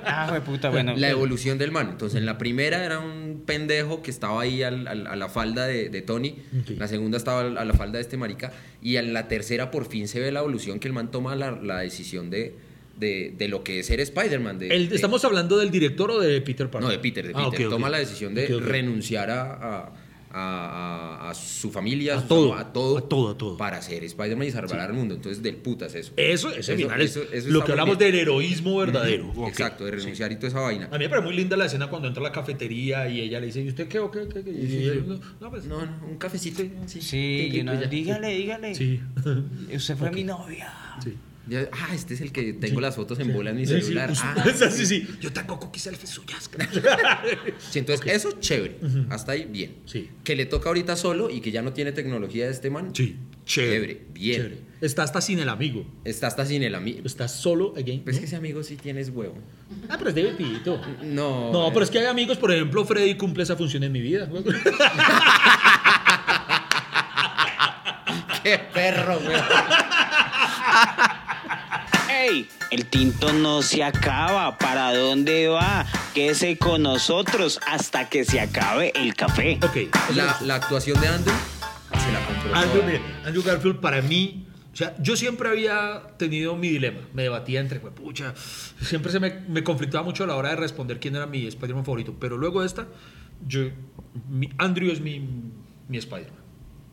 S2: Ah, güey, puta, bueno.
S4: La evolución del man. Entonces, en la primera era un pendejo que estaba ahí al- al- a la falda de, de Tony.
S1: Ok.
S4: La segunda estaba al- a la falda de este marica. Y en la tercera, por fin, se ve la evolución que el man toma la, la decisión de, de, de lo que es ser Spider-Man. de-
S1: El-
S4: de-
S1: ¿Estamos hablando del director o de Peter Parker?
S4: No, de Peter, de
S1: Ah,
S4: Peter.
S1: ok, ok.
S4: Toma la decisión de
S1: Ok, ok.
S4: renunciar a, a- a- a- a su familia,
S1: A
S4: su-
S1: todo,
S4: a todo,
S1: a todo, a todo.
S4: para ser Spider-Man y salvar al mundo. Entonces, del putas eso.
S1: Eso, ese
S4: Eso-
S1: final es
S4: eso- eso
S1: lo
S4: está muy
S1: que hablamos
S4: bien.
S1: del heroísmo verdadero. Ok.
S4: Exacto, de renunciar y toda esa vaina.
S1: A mí me parece muy linda la escena cuando entra a la cafetería y ella le dice, ¿y usted qué o qué? qué, qué?" Y él, no, no, pues,
S4: No, no, un cafecito. Sí.
S2: Sí, y uno, dígale, dígale.
S1: Sí.
S2: Usted fue mi novia.
S1: sí.
S4: Ya- ah, este es el que tengo las fotos en bola en mi
S1: Sí, sí,
S4: celular.
S1: pues,
S4: Ah,
S1: sí, sí. Yo tengo cookies selfies suyas.
S4: sí, entonces, eso chévere. Hasta ahí, bien.
S1: Sí.
S4: Que le toca ahorita solo y que ya no tiene tecnología de este man.
S1: sí, chévere.
S4: Chévere, bien.
S1: chévere. Está hasta sin el amigo.
S4: Está hasta sin el amigo.
S1: Está solo again.
S4: Pues
S1: ¿no?
S4: que ese amigo sí tienes huevo.
S1: Ah, pero es divertido.
S4: No.
S1: No, pero es que hay amigos, por ejemplo, Freddy cumple esa función en mi vida.
S4: Qué perro, güey.
S5: ¡Ey! El tinto no se acaba. ¿Para dónde va? Quédese con nosotros hasta que se acabe el café.
S1: Ok. eso
S4: La,
S1: es.
S4: la actuación de Andrew se la compró.
S1: Andrew,
S4: toda.
S1: mira, Andrew Garfield para mí, o sea, yo siempre había tenido mi dilema, me debatía entre, pues, pucha, siempre se me, me conflictaba mucho a la hora de responder quién era mi Spider-Man favorito, pero luego de esta, yo, mi- Andrew es mi, mi Spider-Man.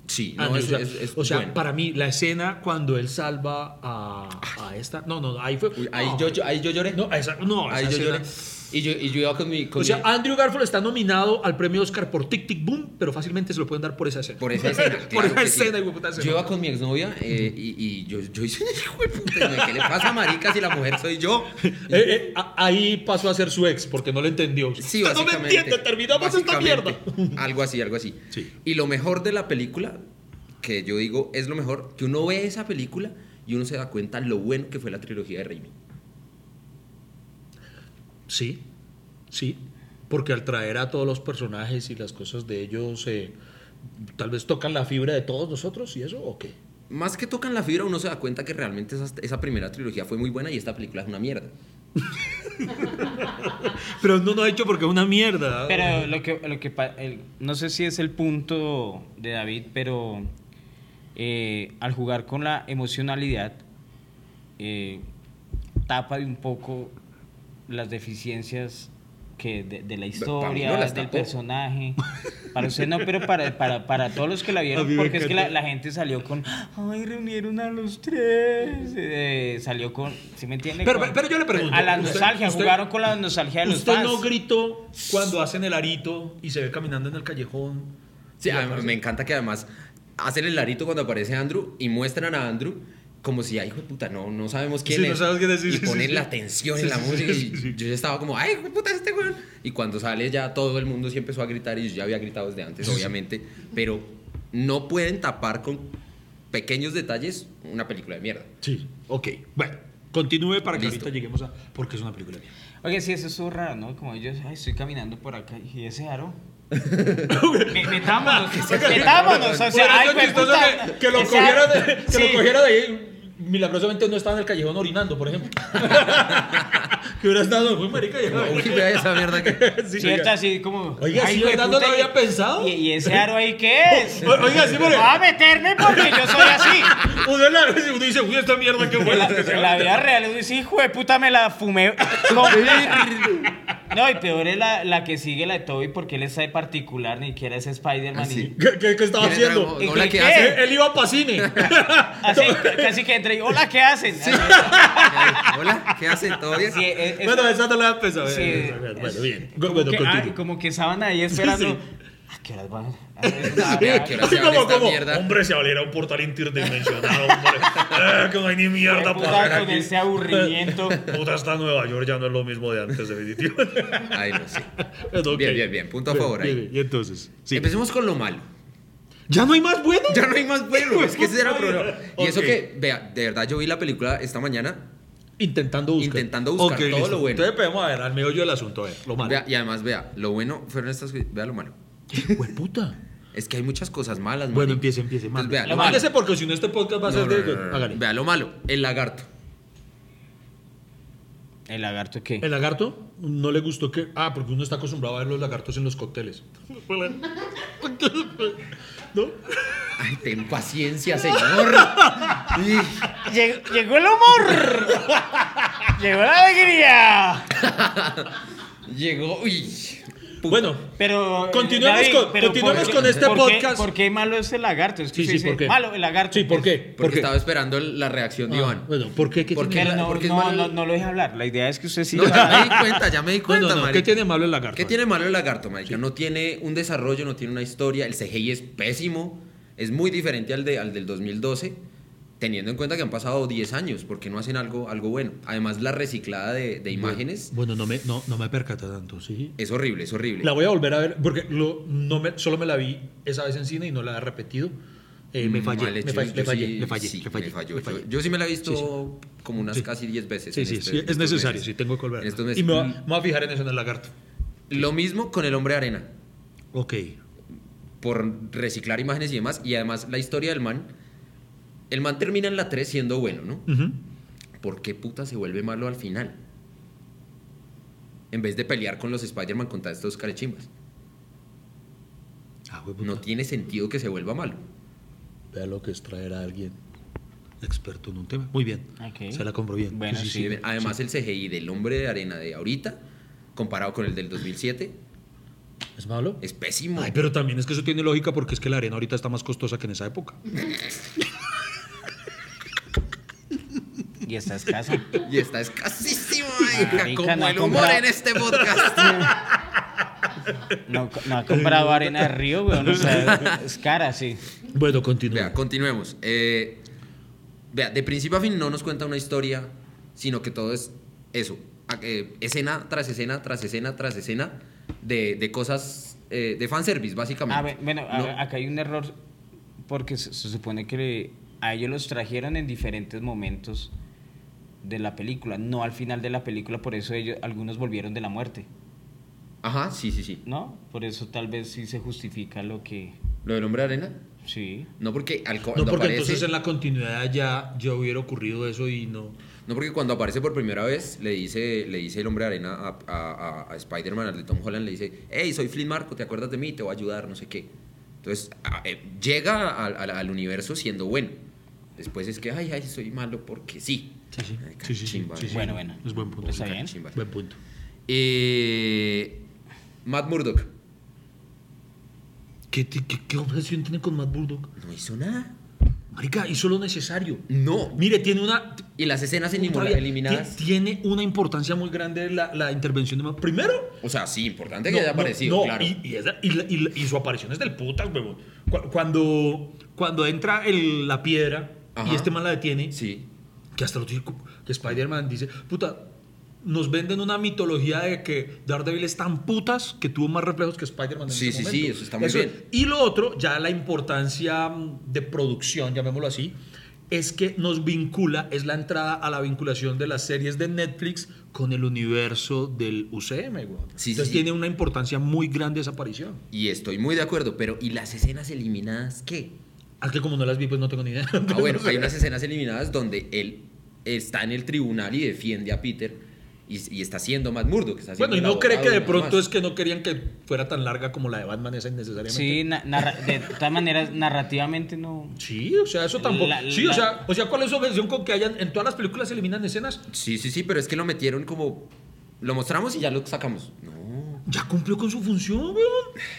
S4: Sí, no,
S1: Andrew,
S4: es,
S1: o sea,
S4: es- es
S1: o sea,
S4: bueno.
S1: para mí la escena cuando él salva a, a esta, no, no, ahí fue,
S4: Uy, ahí,
S1: no,
S4: yo, yo- ahí yo lloré.
S1: no, esa, no,
S4: ahí
S1: esa
S4: yo
S1: escena-
S4: lloré. Y yo, y yo iba con mi... con
S1: O sea,
S4: mi-
S1: Andrew Garfield está nominado al premio Oscar por Tic Tic Boom, pero fácilmente se lo pueden dar por esa escena.
S4: por esa escena.
S1: por
S4: claro
S1: esa
S4: que sí.
S1: escena, hijueputa escena.
S4: Yo iba con mi exnovia eh, y, y yo, yo hice un hijo de puta. ¿Qué le pasa, marica, si la mujer soy yo?
S1: Eh, eh, a- ahí pasó a ser su ex porque no le entendió.
S4: Sí,
S1: Usted no me
S4: básicamente.
S1: entiende, terminamos esta mierda.
S4: Básicamente. Algo así, algo así.
S1: Sí.
S4: Y lo mejor de la película, que yo digo es lo mejor, que uno ve esa película y uno se da cuenta lo bueno que fue la trilogía de Raimi.
S1: Sí, sí, porque al traer a todos los personajes y las cosas de ellos, eh, tal vez tocan la fibra de todos nosotros y eso, ¿o qué?
S4: Más que tocan la fibra, uno se da cuenta que realmente esa, esa primera trilogía fue muy buena y esta película es una mierda.
S1: Pero no lo ha hecho porque es una mierda.
S2: Pero lo que, lo que pa- el- no sé si es el punto de David, pero eh, al jugar con la emocionalidad, eh, tapa de un poco las deficiencias que de, de la historia,
S4: no las
S2: del
S4: tapó.
S2: personaje. Para usted no, pero para, para, para todos los que la
S1: A
S2: vieron,
S1: mí me
S2: porque es que la,
S1: encantó.
S2: la gente salió con, ay, reunieron a los tres, eh, salió con, ¿sí me entiende?
S1: Pero-
S2: Con-
S1: pero yo le pregunto,
S2: A la
S1: ¿usted-
S2: nostalgia,
S1: usted-
S2: jugaron con la nostalgia de los
S1: Usted
S2: fans.
S1: no gritó cuando hacen el arito y se ve caminando en el callejón.
S4: Sí, a- me encanta que además hacen el larito cuando aparece Andrew y muestran a Andrew como si, ay, hijo de puta, no, no sabemos quién
S1: Sí,
S4: es.
S1: no sabes quién es, sí,
S4: y
S1: sí, sí,
S4: ponen
S1: sí.
S4: la tensión
S1: Sí,
S4: en la
S1: sí, sí,
S4: música.
S1: sí,
S4: y
S1: sí.
S4: yo estaba como, ay, hijo de puta, este weón. Y cuando sale ya todo el mundo sí empezó a gritar y yo ya había gritado desde antes, obviamente. Pero no pueden tapar con pequeños detalles una película de mierda.
S1: Sí, ok. Bueno, continúe para que
S4: Listo.
S1: ahorita lleguemos a. Porque es una película mía.
S2: Oye, sí, eso es todo raro, ¿no? Como yo ay, estoy caminando por acá y ese aro. Me- metámonos, metámonos, o sea, ay,
S1: Hubiera sido
S2: güey,
S1: chistoso
S2: puta.
S1: que, que lo
S2: Ese
S1: cogiera
S2: aro-
S1: de, que
S2: sí.
S1: lo cogiera de ahí. Milagrosamente no estaba en el callejón orinando, por ejemplo. que hubiera estado. Fue marica ya.
S4: Uy, vea esa mierda que...
S1: Sí,
S2: Sí,
S1: oiga.
S2: está así como.
S1: Oiga, sí,
S2: güey,
S1: ¿verdad? No
S2: puta,
S1: lo
S2: y-
S1: había pensado.
S2: ¿Y, y ese aro ahí qué es?
S1: O- oiga, sí, porque-
S2: Voy a meterme porque yo soy así.
S1: Uno, la- uno dice, uy, esta mierda que
S2: En
S1: buena.
S2: la, en la vida real, uno dice, hijo de puta, me la fumé. completa". No, y peor es la, la que sigue la de Toby porque él está de particular, ni siquiera es Spider-Man.
S4: Ah, sí.
S2: y-
S1: ¿Qué, qué, qué estaba
S4: ¿Quién era?
S1: haciendo?
S4: No, la
S2: ¿Y
S4: que
S2: qué?
S4: hace...
S1: Eh, Él iba para cine. Ah,
S2: Así, casi que entre y, hola, ¿qué hacen?
S4: Ay, Hola, ¿qué hacen? ¿Todo bien?
S2: Sí,
S1: ¿eh?
S2: es- es-
S1: bueno, esa no la había pensado.
S2: sí, es-
S1: bueno, bien.
S2: Como,
S1: Bueno,
S2: que,
S1: continúe.
S2: ay, como que estaban ahí esperando.
S1: Sí,
S2: ¿A qué horas van? A ver,
S4: A ver, ¿a qué hora se abre
S1: como,
S4: esta
S1: como,
S4: mierda?
S1: hombre, se abriera un portal interdimensional, hombre. Ah, que no hay ni mierda por
S2: puta,
S1: hacer
S2: con
S1: aquí.
S2: ese aburrimiento.
S1: Puta, esta Nueva York ya no es lo mismo de antes, definitivo.
S4: Ay, no sé.
S1: Ok.
S4: Bien, bien, bien. Punto a favor ahí.
S1: bien. Y entonces, sí.
S4: Empecemos con lo malo.
S1: ¿Ya no hay más bueno?
S4: Ya no hay más bueno, es que ese era el problema. Y eso
S1: Ok.
S4: que, vea, de verdad yo vi la película esta mañana
S1: Intentando buscar.
S4: Intentando buscar todo
S1: Ok, listo.
S4: lo bueno.
S1: Entonces, empecemos a ver al meollo del asunto, a ver, lo malo.
S4: vea, y además vea, lo bueno fueron estas, vea lo malo.
S1: puta.
S4: Es que hay muchas cosas malas.
S1: Bueno,
S4: marica.
S1: empiece, empiece.
S4: Entonces,
S1: Mándese
S4: vea, lo malo.
S1: Mándese porque si no este podcast va a
S4: No,
S1: ser
S4: no,
S1: de...
S4: no, no, no.
S1: Hágale.
S4: Vea lo malo, el lagarto.
S2: ¿El lagarto qué?
S1: El lagarto no le gustó que... Ah, porque uno está acostumbrado a ver los lagartos en los cócteles. ¿No?
S4: Ay, ten paciencia, señor. Y-
S2: Llegó, llegó el humor. llegó la alegría.
S4: Llegó, uy.
S1: Bueno,
S2: Pero.
S1: Continuemos con- continuemos con este
S2: ¿por qué-
S1: podcast.
S2: ¿Por qué malo es el lagarto? Es que
S1: sí,
S2: se
S1: sí,
S2: dice,
S1: ¿por qué?
S2: Malo el lagarto.
S1: Sí, ¿por qué?
S4: Porque
S1: ¿Por qué? Ah,
S4: estaba esperando la reacción de Iván.
S1: Bueno, ¿por qué? ¿Qué
S4: pues. ¿Por
S1: tiene
S4: qué?
S2: Pero
S1: malo?
S2: no,
S4: porque es
S2: no,
S4: malo-
S2: no, no lo deje hablar. La idea es que usted sí.
S4: No, ya me di cuenta, ya me di cuenta,
S1: Bueno, no, ¿Qué
S4: marica.
S1: tiene malo el lagarto?
S4: ¿Qué tiene malo el lagarto, marica? No tiene un desarrollo, no tiene una historia. El CGI es pésimo. Es muy diferente al, de, al del 2012, teniendo en cuenta que han pasado 10 años, porque no hacen algo, algo bueno. Además, la reciclada de, de imágenes
S1: Bueno, no me, no, no me percata tanto, ¿sí?
S4: es horrible, es horrible.
S1: La voy a volver a ver porque lo- no me, solo me la vi esa vez en cine y no la he repetido. Eh, me fallé,
S4: Mm, Mal hecho,
S1: me fallé,
S4: yo
S1: me fallé,
S4: sí-
S1: me fallé,
S4: sí,
S1: me fallé,
S4: me falló.
S1: me fallé.
S4: Yo, yo sí me la he visto
S1: Sí,
S4: como unas
S1: Sí.
S4: casi 10 veces.
S1: Sí,
S4: en
S1: sí,
S4: este- en
S1: sí, es
S4: estos
S1: necesario,
S4: meses.
S1: sí, tengo que volver.
S4: En estos meses.
S1: Y me va- me voy a fijar en eso en el lagarto.
S4: Lo mismo con el hombre arena.
S1: Ok.
S4: por reciclar imágenes y demás. Y además la historia del man, el man termina en la 3 siendo bueno, ¿no?
S1: Ujú.
S4: ¿Por qué puta se vuelve malo al final? En vez de pelear con los Spider-Man contra estos carechimbas.
S1: Ah, güey, puta.
S4: pues No tiene sentido que se vuelva malo.
S1: Vea lo que es traer a alguien experto en un tema. Muy bien.
S2: Ok.
S1: Se la compro bien.
S2: Bueno, sí.
S4: Además el CGI del hombre de arena de ahorita, comparado con el del 2007,
S1: ¿Es malo?
S4: es pésimo.
S1: Ay, pero también es que eso tiene lógica porque es que la arena ahorita está más costosa que en esa época.
S2: Y Y está escasa.
S4: Y está escasísimo, marica,
S2: Marica,
S4: como
S2: no ha
S4: el humor
S2: comprado-
S4: en este podcast.
S2: No, no ha comprado arena de río, weón. O sea, es cara, sí.
S1: Bueno, continúa.
S4: Vea, continuemos. Eh, vea, de principio a fin no nos cuenta una historia, sino que todo es eso. a- eh, escena tras escena, tras escena, tras escena de, de cosas eh, de fanservice, básicamente.
S2: Ah, ve- bueno, a-
S4: No,
S2: acá hay un error porque se, se supone que le- a ellos los trajeron en diferentes momentos de la película, no al final de la película, por eso ellos algunos volvieron de la muerte,
S4: Ajá, sí, sí, sí.
S2: ¿no? Por eso tal vez sí se justifica lo que
S4: Lo del hombre arena.
S2: sí.
S4: No porque al cu-
S1: No,
S4: cuando
S1: porque
S4: aparece-
S1: entonces en la continuidad ya, ya hubiera ocurrido eso y no.
S4: No, porque cuando aparece por primera vez, le dice, le dice el hombre de arena a, a- a- a Spider-Man, al de Tom Holland, le dice, hey, soy Flynn Marco, ¿te acuerdas de mí? Te voy a ayudar, no sé qué. Entonces, a- eh, llega al, al- al universo siendo bueno. Después es que, ay, ay, soy malo porque sí. Marica,
S1: Sí, sí, sí,
S4: chimba,
S1: sí, sí.
S2: Bueno, bueno. Pues
S1: Es buen punto.
S2: Está bien.
S4: chimba.
S1: Buen punto.
S4: Eh, Matt Murdock.
S1: ¿Qué, ti- qué, qué obsesión tiene con Matt Burdock?
S4: No hizo nada.
S1: Marica, hizo lo necesario.
S4: No.
S1: Mire, tiene una.
S4: Y las escenas
S1: un
S4: elimina-
S1: todavía-
S4: eliminadas.
S1: ti- Tiene una importancia muy grande la, la intervención de Matt. Primero,
S4: O sea, sí, importante que
S1: No,
S4: haya
S1: no,
S4: aparecido,
S1: no,
S4: claro.
S1: y, y es la- y la- y la- y su aparición es del putas, huevón. Cu- Cuando, cuando entra el- la piedra
S4: Ajá.
S1: y este man la detiene,
S4: Sí.
S1: que hasta lo tiene como- que Spider-Man dice, puta, nos venden una mitología de que Daredevil es tan putas que tuvo más reflejos que Spider-Man. en
S4: Sí,
S1: ese
S4: sí, sí,
S1: momento.
S4: eso está muy bien.
S1: Y lo otro, ya la importancia mm, de producción, llamémoslo así, es que nos vincula, es la entrada a la vinculación de las series de Netflix con el universo del UCM, güey.
S4: Sí, sí,
S1: Entonces
S4: sí.
S1: tiene una importancia muy grande esa aparición.
S4: Y estoy muy de acuerdo, pero ¿y las escenas eliminadas qué?
S1: Al que como no las vi, pues no tengo ni idea.
S4: Ah, bueno, hay unas escenas eliminadas donde él está en el tribunal y defiende a Peter y, y está siendo Matt Murdock. que está siendo
S1: Bueno, y
S4: el
S1: no cree que
S4: abogado
S1: de
S4: nada
S1: pronto
S4: más.
S1: es que no querían que fuera tan larga como la de Batman esa innecesariamente.
S2: Sí, na- narra- de todas maneras narrativamente no
S1: Sí, o sea, eso tampoco.
S2: La-
S1: sí, o
S2: la-
S1: sea, o sea, ¿cuál es su obsesión con que hayan en todas las películas se eliminan escenas?
S4: Sí, sí, sí, pero es que lo metieron como... Lo mostramos y ya lo sacamos. No.
S1: Ya cumplió con su función, weón.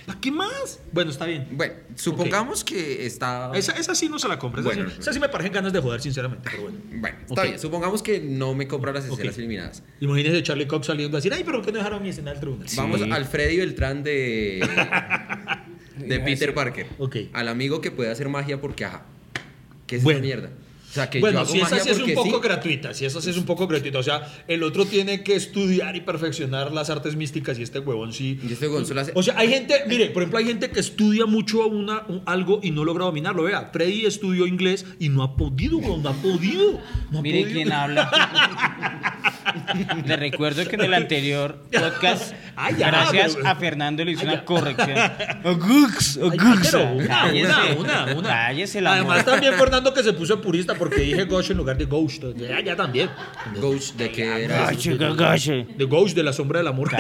S1: ¿Para qué más? Bueno, está bien.
S4: Bueno, supongamos que está...
S1: Esa, esa sí no se la compra. Esa,
S4: Bueno.
S1: sí, esa sí me parecen ganas de joder, sinceramente. Pero bueno.
S4: Bueno, está
S1: Ok.
S4: bien. Supongamos que no me compra las
S1: Ok.
S4: escenas eliminadas.
S1: Imagínese Charlie Cox saliendo a decir, ay, pero ¿por qué no dejaron mi escena del tribunal?
S4: Vamos al Freddy Beltrán de... de Peter Parker.
S1: Ok.
S4: Al amigo que puede hacer magia porque, ajá. ¿Qué es
S1: Bueno.
S4: esa mierda? O sea, que yo
S1: bueno,
S4: hago
S1: si esa
S4: magia
S1: sí es un
S4: porque
S1: poco
S4: sí.
S1: gratuita, si esa sí es un poco gratuita. O sea, el otro tiene que estudiar y perfeccionar las artes místicas y este huevón sí.
S4: Y este Gonzalo hace...
S1: O sea, hay gente, mire, por ejemplo, hay gente que estudia mucho una, un- algo y no logra dominarlo. Vea, Freddy estudió inglés y no ha podido, weón, no ha podido. No ha
S2: Mire
S1: podido.
S2: quién habla. Le recuerdo que en el anterior podcast,
S1: Ay, ya,
S2: gracias
S1: pero-
S2: a Fernando le hice
S1: Ay,
S2: una
S1: ya.
S2: corrección. Ogux, ogux.
S1: Pero una,
S2: Cállese.
S1: una, una, una.
S2: Cállese la
S1: Además,
S2: Además,
S1: también Fernando que se puso purista porque dije Ghost en lugar de Ghost. Ya, ya también.
S4: Ghost de que era...
S1: De Ghost, de la sombra del amor.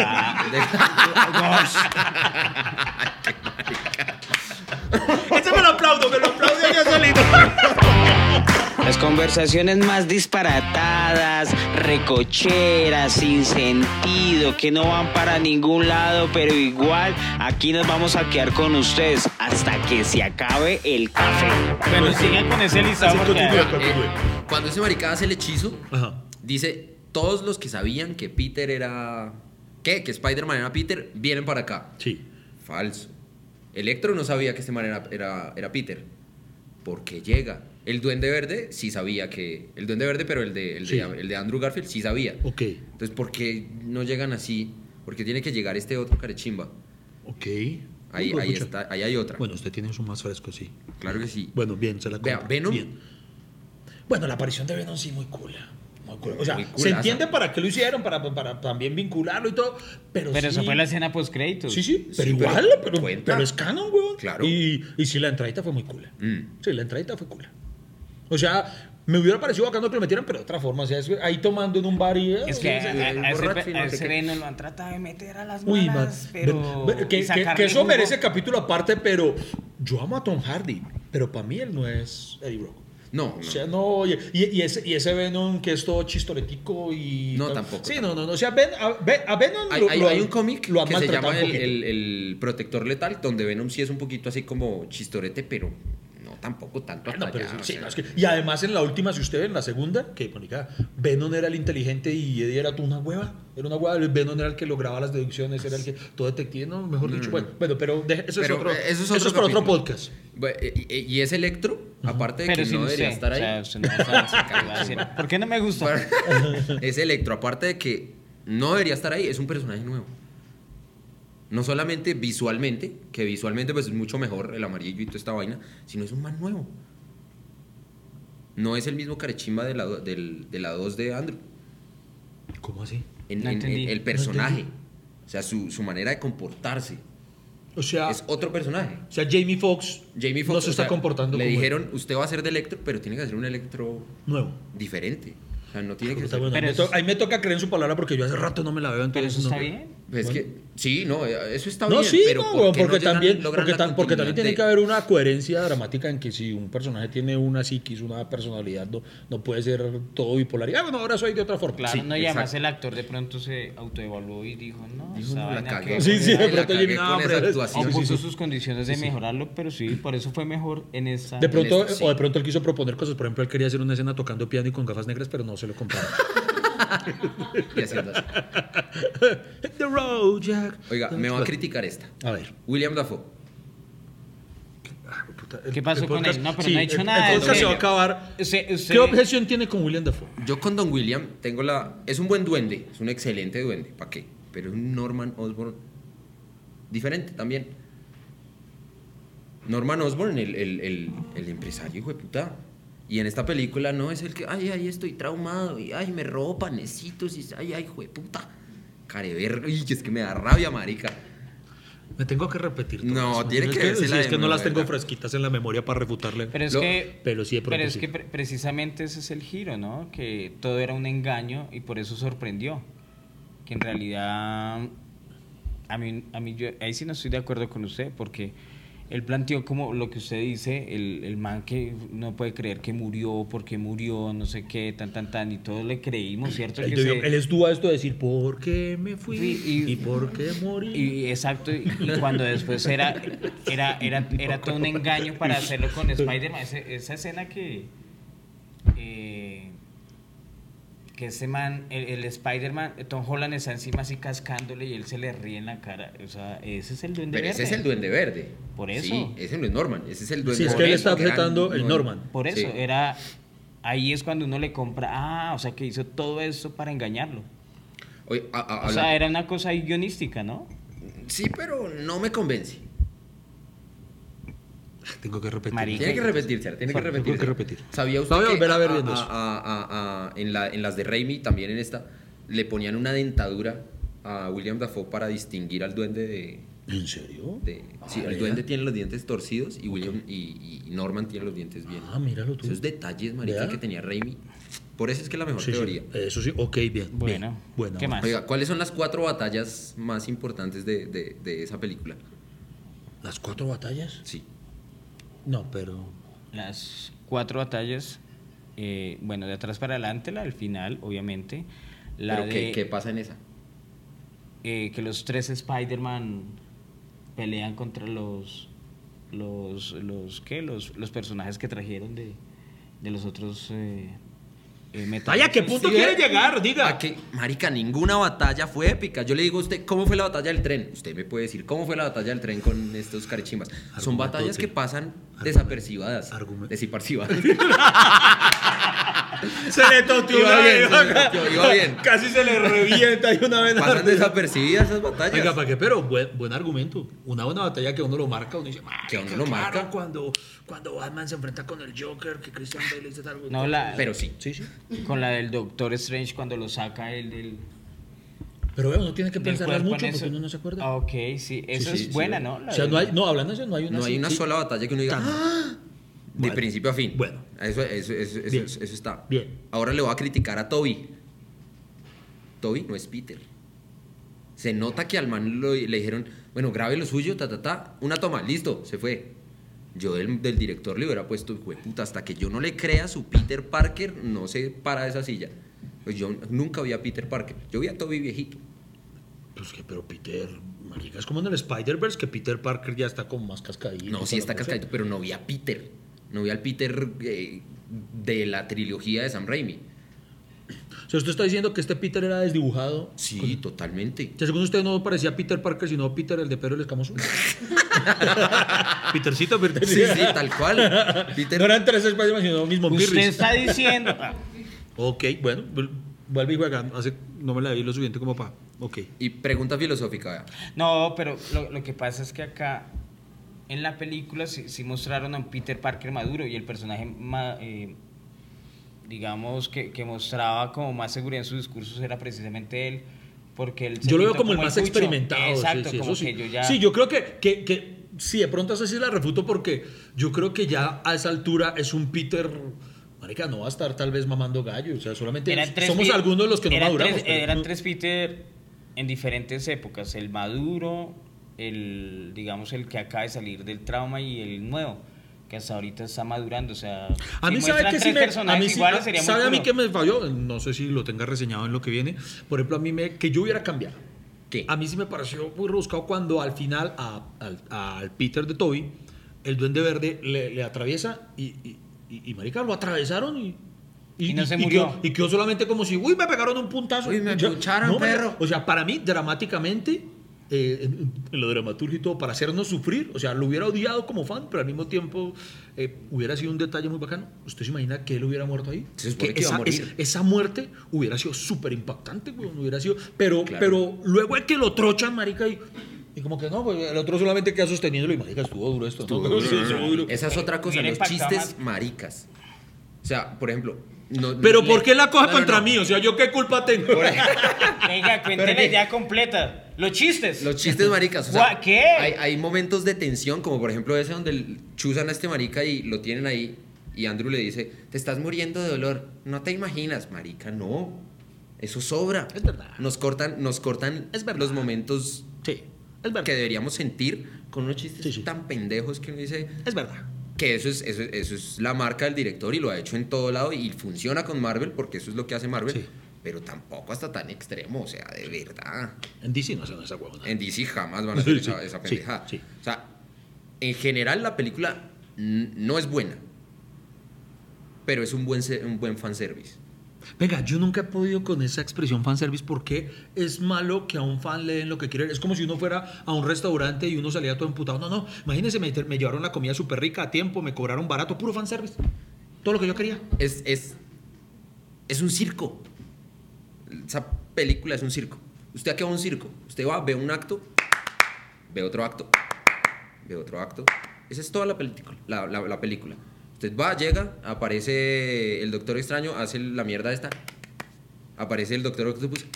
S1: Ese me lo aplaudo, me lo aplaudo yo solito.
S5: Las conversaciones más disparatadas, recocheras, sin sentido, que no van para ningún lado, pero igual aquí nos vamos a quedar con ustedes hasta que se acabe el café.
S2: Bueno,
S1: Pues
S2: sigan con ese listado porque
S4: Eh, cuando ese maricada hace el hechizo,
S1: Ajá.
S4: dice, todos los que sabían que Peter era... ¿Qué? Que Spider-Man era Peter, vienen para acá.
S1: Sí.
S4: Falso. Electro no sabía que este man era, era, era Peter. Porque llega. El Duende Verde sí sabía que... El Duende Verde, pero el de, el de-
S1: Sí.
S4: el de Andrew Garfield sí sabía.
S1: Ok,
S4: Entonces, ¿por qué no llegan así? Porque tiene que llegar este otro carechimba.
S1: ok.
S4: Ahí,
S1: Uy,
S4: ahí,
S1: pucha.
S4: está, ahí hay otra.
S1: Bueno, usted tiene eso más fresco, sí.
S4: Claro que sí.
S1: Bueno, bien, se la
S4: Vea,
S1: compro.
S4: Venom.
S1: Bien. Bueno, la aparición de Venom sí muy cool. Muy cool. O sea,
S4: Muy
S1: se
S4: coolaza.
S1: entiende para qué lo hicieron, para, para también vincularlo y todo, pero,
S2: pero
S1: sí.
S2: eso fue la escena post créditos.
S1: Sí, sí, pero
S4: Sí, pero
S1: igual, pero, pero,
S4: cuenta.
S1: es canon, weón.
S4: Claro.
S1: Y, y sí, la entradita fue muy cool.
S4: Mm.
S1: Sí, la entradita fue cool. O sea, me hubiera parecido bacano que lo metieran, pero de otra forma. O sea, es ahí tomando en un bar y... eh,
S2: Es que a, a- a ese,
S4: borracho y no
S2: pe- a
S4: sé
S2: ese
S4: qué.
S2: Venom lo han tratado de meter a las
S1: Uy, man.
S2: malas, pero...
S1: Ve- ve-
S2: y
S1: Que, que-
S2: sacarle
S1: que eso
S2: jugo.
S1: merece capítulo aparte, pero yo amo a Tom Hardy, pero para mí él no es Eddie Brock.
S4: No, no.
S1: O sea, no, oye, y, y ese, y ese Venom que es todo chistoletico y...
S4: No, tampoco,
S1: Sí, no,
S4: tampoco.
S1: no, no. O sea, Ben- a, Ve- a Venom
S4: Hay,
S1: lo-
S4: hay-
S1: lo
S4: hay
S1: han-
S4: un cómic
S1: lo han
S4: que se
S1: maltratado
S4: llama
S1: un
S4: el,
S1: poquito.
S4: el- el Protector Letal, donde Venom sí es un poquito así como chistorete, pero no tampoco tanto hasta
S1: Bueno, pero
S4: allá,
S1: sí,
S4: o
S1: sí,
S4: sea.
S1: no, es que- y además en la última, si usted ve en la segunda, que marica, Venom era el inteligente y Eddie era una hueva, era una hueva, Venom era el que lograba las deducciones, era el que todo detective, no, mejor dicho, bueno, bueno, pero deje- eso,
S4: Mm. Pero,
S1: es otro,
S4: eh, eso es
S1: eso
S4: otro
S1: es para otro
S4: capítulo.
S1: podcast.
S4: Bueno, y, y- y es Electro, aparte de
S2: Pero
S4: que
S2: si
S4: no
S2: no
S4: debería
S2: sé,
S4: estar ahí.
S2: o sea, no sabe si qué va a decir. ¿Por qué no me gusta?
S4: Para- es Electro, aparte de que no debería estar ahí, es un personaje nuevo. No solamente visualmente, que visualmente pues es mucho mejor el amarillo y toda esta vaina, sino es un man nuevo. No es el mismo carechimba de la, do- del- de la 2 de Andrew.
S1: ¿Cómo así?
S4: En,
S2: No
S4: en- en
S2: entendí,
S4: el
S2: no
S4: personaje.
S1: entendí.
S4: o sea, su, su manera de comportarse.
S1: O sea,
S4: Es otro personaje.
S1: o sea Jamie Foxx
S4: Jamie
S1: Ah. no
S4: Foxx, o
S1: se está
S4: sea,
S1: comportando
S4: Le
S1: como
S4: dijeron, usted va a ser de Electro, pero tiene que hacer un Electro
S1: nuevo.
S4: diferente. O sea, no tiene que ser...
S1: Puta, Ah, bueno,
S2: Pero
S1: me
S2: eso
S1: to- ahí me toca creer en su palabra porque yo hace rato no me la veo,
S2: Pero
S1: entonces
S2: eso está
S1: no-
S2: bien.
S4: Pues Es que, sí, no, eh, eso está
S1: no,
S4: bien.
S1: sí,
S4: pero
S1: no,
S4: ¿por
S1: weón,
S4: qué no
S1: porque,
S4: llegan-
S1: también,
S4: logran
S1: porque,
S4: la
S1: tan- porque
S4: continuidad
S1: también tiene
S4: de-
S1: que haber una coherencia dramática en que si un personaje tiene una psiquis, una personalidad, no, no puede ser todo bipolar. Y, Ah, bueno, ahora soy de otra forma.
S2: Claro,
S1: Sí.
S2: no, y además
S4: exacto.
S2: el actor de pronto se autoevaluó y dijo, no,
S4: Dijo,
S2: esta
S4: "No, la
S2: vaina
S4: cagué".
S2: que-
S1: Sí, sí, de
S4: Ay, la
S1: pronto
S4: cagué
S1: Jimmy, no,
S4: con esa
S1: hombre,
S4: actuación.
S1: sí,
S2: Puso
S1: sí.
S2: sus condiciones de mejorarlo, pero sí, por eso fue mejor en esta.
S1: De pronto,
S4: Listo, sí.
S1: o de pronto él quiso proponer cosas. Por ejemplo, él quería hacer una escena tocando piano y con gafas negras, pero no se lo compraron.
S4: Y haciendo así.
S1: The road, Jack.
S4: Oiga, me va a criticar esta.
S1: A ver.
S4: William Dafoe.
S1: Ay, puta, el-
S2: ¿Qué pasó
S1: el
S2: con
S1: podcast-
S2: él? No, pero
S1: sí,
S2: no ha hecho
S1: el-
S2: nada. de
S1: El podcast se va a
S2: serio.
S1: acabar.
S2: Usted- usted-
S1: ¿Qué objeción tiene con William Dafoe?
S4: Yo con Don William tengo la... Es un buen duende, es un excelente duende, ¿para qué? Pero es un Norman Osborn diferente también. Norman Osborn, el, el- el- el empresario, hijo de puta. Y en esta película no es el que, ay, ay, estoy traumado, y ay, me robo panecitos, y ay, ay, hijo de puta. Careverga, y es que me da rabia, marica.
S1: Me tengo que repetir. todo
S4: No,
S1: eso.
S4: tiene
S1: Es
S4: que
S1: sí,
S4: vérsela
S1: es
S4: de
S1: que no
S4: nuevo,
S1: las tengo
S4: ¿verdad?
S1: fresquitas en la memoria para refutarle.
S2: Pero es
S4: Lo-
S2: que,
S1: pero sí, de pronto
S2: pero es
S1: sí.
S2: que pre- precisamente ese es el giro, ¿no? Que todo era un engaño y por eso sorprendió. Que en realidad, a mí, a mí yo, ahí sí no estoy de acuerdo con usted, porque él planteó como lo que usted dice, el, el man que no puede creer que murió, porque murió, no sé qué, tan, tan, tan, y todos le creímos, ¿cierto?
S1: Él,
S2: Que
S1: debió-
S2: se-
S1: él es dúo a esto de decir, ¿por qué me fui?
S2: Sí,
S1: y,
S2: y-
S1: por qué morí?
S2: Y exacto, y y cuando después era era, era, era todo un engaño para hacerlo con Spider-Man, ese- esa escena que eh, que ese man, el, el Spider-Man, Tom Holland está encima así cascándole y él se le ríe en la cara, o sea, ese es el duende
S4: Pero ese es
S2: Verde.
S4: el duende verde.
S2: Por eso.
S4: Sí, ese no es Norman, ese es el duende
S1: Sí, es que
S4: Por
S1: él
S4: eso,
S1: está
S4: que era
S1: objetando el Norman.
S2: Por eso
S4: Sí.
S2: era ahí es cuando uno le compra, ah, o sea, que hizo todo eso para engañarlo.
S4: Oye, a- a-
S2: O sea,
S4: habla-
S2: era una cosa ahí guionística, ¿no?
S4: Sí, pero no me convence.
S1: Ah, Tengo que repetir.
S2: Marica.
S4: Tiene que repetirse, tiene que
S1: Tengo que
S4: repetirse.
S1: repetir.
S4: ¿Sabía usted
S1: La voy a
S4: que
S1: volver a ver viendo
S4: a-
S1: eso.
S4: a- a- a- en, la- en las de Raimi, también en esta, le ponían una dentadura a William Dafoe para distinguir al duende de...
S1: ¿En serio?
S4: de- sí,
S1: Ah,
S4: el
S1: mira.
S4: duende tiene los dientes torcidos y, William, y, y Norman tiene los dientes bien.
S1: Ah, míralo tú.
S4: Esos detalles, marica,
S1: Vea.
S4: que tenía Raimi. Por eso es que es la mejor
S1: Sí, sí.
S4: teoría.
S1: Eso sí, ok, bien.
S2: Bueno,
S1: bien. bueno.
S2: ¿qué más?
S4: Oiga, ¿cuáles son las cuatro batallas más importantes de, de- de esa película?
S1: ¿Las cuatro batallas?
S4: Sí.
S1: No, pero...
S2: las cuatro batallas, eh, bueno, de atrás para adelante, la del final, obviamente. La
S4: Pero ¿qué,
S2: de
S4: qué pasa en esa?
S2: eh, que los tres Spider-Man pelean contra los, los, los, ¿qué? Los, los personajes que trajeron de, de los otros eh, eh, metaversos.
S1: Vaya, ¿qué punto
S4: Sí,
S1: quiere
S4: eh.
S1: llegar?
S4: ¿A
S1: Diga.
S4: que, marica, ninguna batalla fue épica. Yo le digo a usted, ¿cómo fue la batalla del tren? Usted me puede decir, ¿cómo fue la batalla del tren con estos carechimbas? Son
S1: Argumentote.
S4: batallas que pasan
S1: Argumen-
S4: desapercibidas.
S1: Argumen-
S4: Desapercibidas.
S1: Se le toteó
S4: Iba
S1: una
S4: bien,
S1: vez.
S4: se le toteó, iba bien.
S1: Casi se le revienta y una vez.
S4: pasan desapercibidas esas batallas.
S1: Oiga, ¿para qué? Pero buen, buen argumento. Una buena batalla que uno lo marca, uno dice, "Marica,
S4: Que uno lo
S1: claro,
S4: marca".
S1: Cuando, cuando Batman se enfrenta con el Joker, que Christian Bale dice algo.
S2: No, la,
S4: Pero sí.
S1: Sí, sí.
S2: con la del Doctor Strange cuando lo saca el del...
S1: Pero veo, no tiene que
S2: del
S1: pensarlas
S2: cuerpo en
S1: mucho
S2: eso.
S1: porque uno no se acuerda.
S2: Ah, ok, sí, eso
S4: sí,
S2: es
S4: sí.
S2: buena, ¿no? La
S1: o sea,
S2: del-
S1: no, hay, no, hablando de eso, no hay una,
S4: No hay
S1: sí-
S4: una
S1: sí.
S4: sola batalla que uno diga,
S1: Tan-
S4: "Ah", de
S1: Bueno.
S4: principio a fin.
S1: Bueno.
S4: Eso, eso, eso, eso-
S1: Bien.
S4: eso está.
S1: Bien.
S4: Ahora le voy a criticar a Toby. Toby no es Peter. Se nota que al man lo- le dijeron, bueno, grabe lo suyo, ta, ta, ta, una toma, listo, se fue. Yo del, del director le hubiera puesto, "Jue puta, hasta que yo no le crea a su Peter Parker, no se para de esa silla. Pues yo nunca vi a Peter Parker, yo vi a Toby viejito.
S1: Pues que, pero Peter, marica, es como en el Spider-Verse que Peter Parker ya está como más cascadito.
S4: No, sí
S1: con
S4: está
S1: la cosa.
S4: cascadito, pero no vi a Peter. No vi al Peter eh, de la trilogía de Sam Raimi.
S1: O sea, usted está diciendo que este Peter era desdibujado.
S4: Sí, totalmente.
S1: O sea, según usted no parecía Peter Parker, sino Peter el de Pedro el Escamoso. Petercito, Petercito.
S4: Sí, sí, tal cual. Peter,
S1: No eran tres Spider-Man, sino mismo
S2: Usted
S1: Pirris.
S2: está diciendo. ah,
S1: Ok, bueno, vu- vuelve y juega. Hace, no me la vi lo suficiente como para. Ok.
S4: Y pregunta filosófica, vea.
S2: No, pero lo, lo que pasa es que acá en la película sí, sí mostraron a un Peter Parker maduro y el personaje, ma- eh, digamos, que, que mostraba como más seguridad en sus discursos era precisamente él. Porque él se
S1: Yo lo veo
S2: pintó
S1: como el más
S2: cucho.
S1: experimentado. sí,
S2: Exacto,
S1: sí,
S2: como
S1: eso sí.
S2: que yo ya.
S1: Sí, yo creo que, que, que sí, de pronto eso sí la refuto porque yo creo que ya a esa altura es un Peter. Marica, no va a estar tal vez mamando gallo. O sea, solamente
S2: Eran tres
S1: somos
S2: Pit-
S1: algunos los que no
S2: eran
S1: maduramos.
S2: tres-
S1: pero-
S2: eran tres Peter en diferentes épocas. El maduro, el, digamos, el que acaba de salir del trauma y el nuevo, que hasta ahorita está madurando. O sea, si
S1: A mí
S2: muestran
S1: sabe que sí
S2: tres
S1: me, a
S2: personajes
S1: mí sí-
S2: iguales, sería muy
S1: sabe a mí
S2: culo.
S1: que me falló, no sé si lo tenga reseñado en lo que viene. Por ejemplo, a mí me que yo hubiera cambiado.
S4: ¿Qué?
S1: A mí sí me pareció muy rebuscado cuando al final a- al, al Peter de Toby, el duende verde le, le atraviesa y, y, y- y, marica lo atravesaron y
S2: Y no se murió.
S1: quedó- Y quedó solamente como si, uy, me pegaron un puntazo.
S4: Uy, me
S1: Ya-
S4: achucharon,
S1: marica,
S4: perro.
S1: O sea, para mí, dramáticamente, eh, en, en lo dramaturgia y todo, para hacernos sufrir, o sea, lo hubiera odiado como fan, pero al mismo tiempo eh, hubiera sido un detalle muy bacano. ¿Usted se imagina que él hubiera muerto ahí?
S4: Se supone que iba
S1: esa,
S4: a morir.
S1: es- esa muerte hubiera sido súper impactante, güey, hubiera sido... Pero,
S4: Claro.
S1: pero luego es que lo trochan, marica, y, y como que no, pues el otro solamente queda sosteniéndolo y, marica, estuvo duro esto. ¿no? Sí, estuvo duro.
S4: Esa es otra cosa,
S2: Hubiera
S4: los
S2: impactado
S4: chistes
S2: más.
S4: maricas. O sea, por ejemplo. no-
S1: Pero
S4: le-
S1: ¿por qué la coja
S4: No, no,
S1: contra
S4: no.
S1: mí? O sea, ¿yo qué culpa tengo?
S2: Venga, cuéntela
S4: Pero-
S2: ya completa. Los chistes.
S4: Los chistes maricas. O sea,
S2: Gua- ¿Qué?
S4: Hay, hay momentos de tensión, como por ejemplo ese donde el- chuzan a este marica y lo tienen ahí. Y Andrew le dice: Te estás muriendo de dolor. No te imaginas, marica, no. Eso sobra.
S1: Es verdad.
S4: Nos cortan, nos cortan
S1: Es verdad.
S4: los momentos
S1: Sí, es verdad.
S4: que deberíamos sentir con unos chistes
S1: Sí, sí.
S4: tan pendejos que uno dice
S1: Es verdad.
S4: que eso es, eso, es- eso es la marca del director y lo ha hecho en todo lado y funciona con Marvel porque eso es lo que hace Marvel.
S1: Sí.
S4: Pero tampoco hasta tan extremo, o sea, de verdad.
S1: En DC no hacen esa huevona.
S4: En DC jamás van a hacer
S1: Sí,
S4: esa,
S1: sí,
S4: esa
S1: sí,
S4: pendejada.
S1: sí.
S4: O sea, en general la película n- no es buena, pero es un buen, se- un buen fanservice.
S1: Venga, yo nunca he podido con esa expresión fanservice porque es malo que a un fan le den lo que quiere. Es como si uno fuera a un restaurante y uno salía todo emputado. No, no, imagínense, me, me llevaron la comida súper rica a tiempo, me cobraron barato, puro fanservice. Todo lo que yo quería.
S4: Es, es, es un circo. Esa película es un circo. Usted aquí va a un circo. Usted va, ve un acto, ve otro acto, ve otro acto. Esa es toda la película. La, la- la película. Usted va, llega, aparece el Doctor Extraño, hace la mierda esta. Aparece el Doctor Octopus.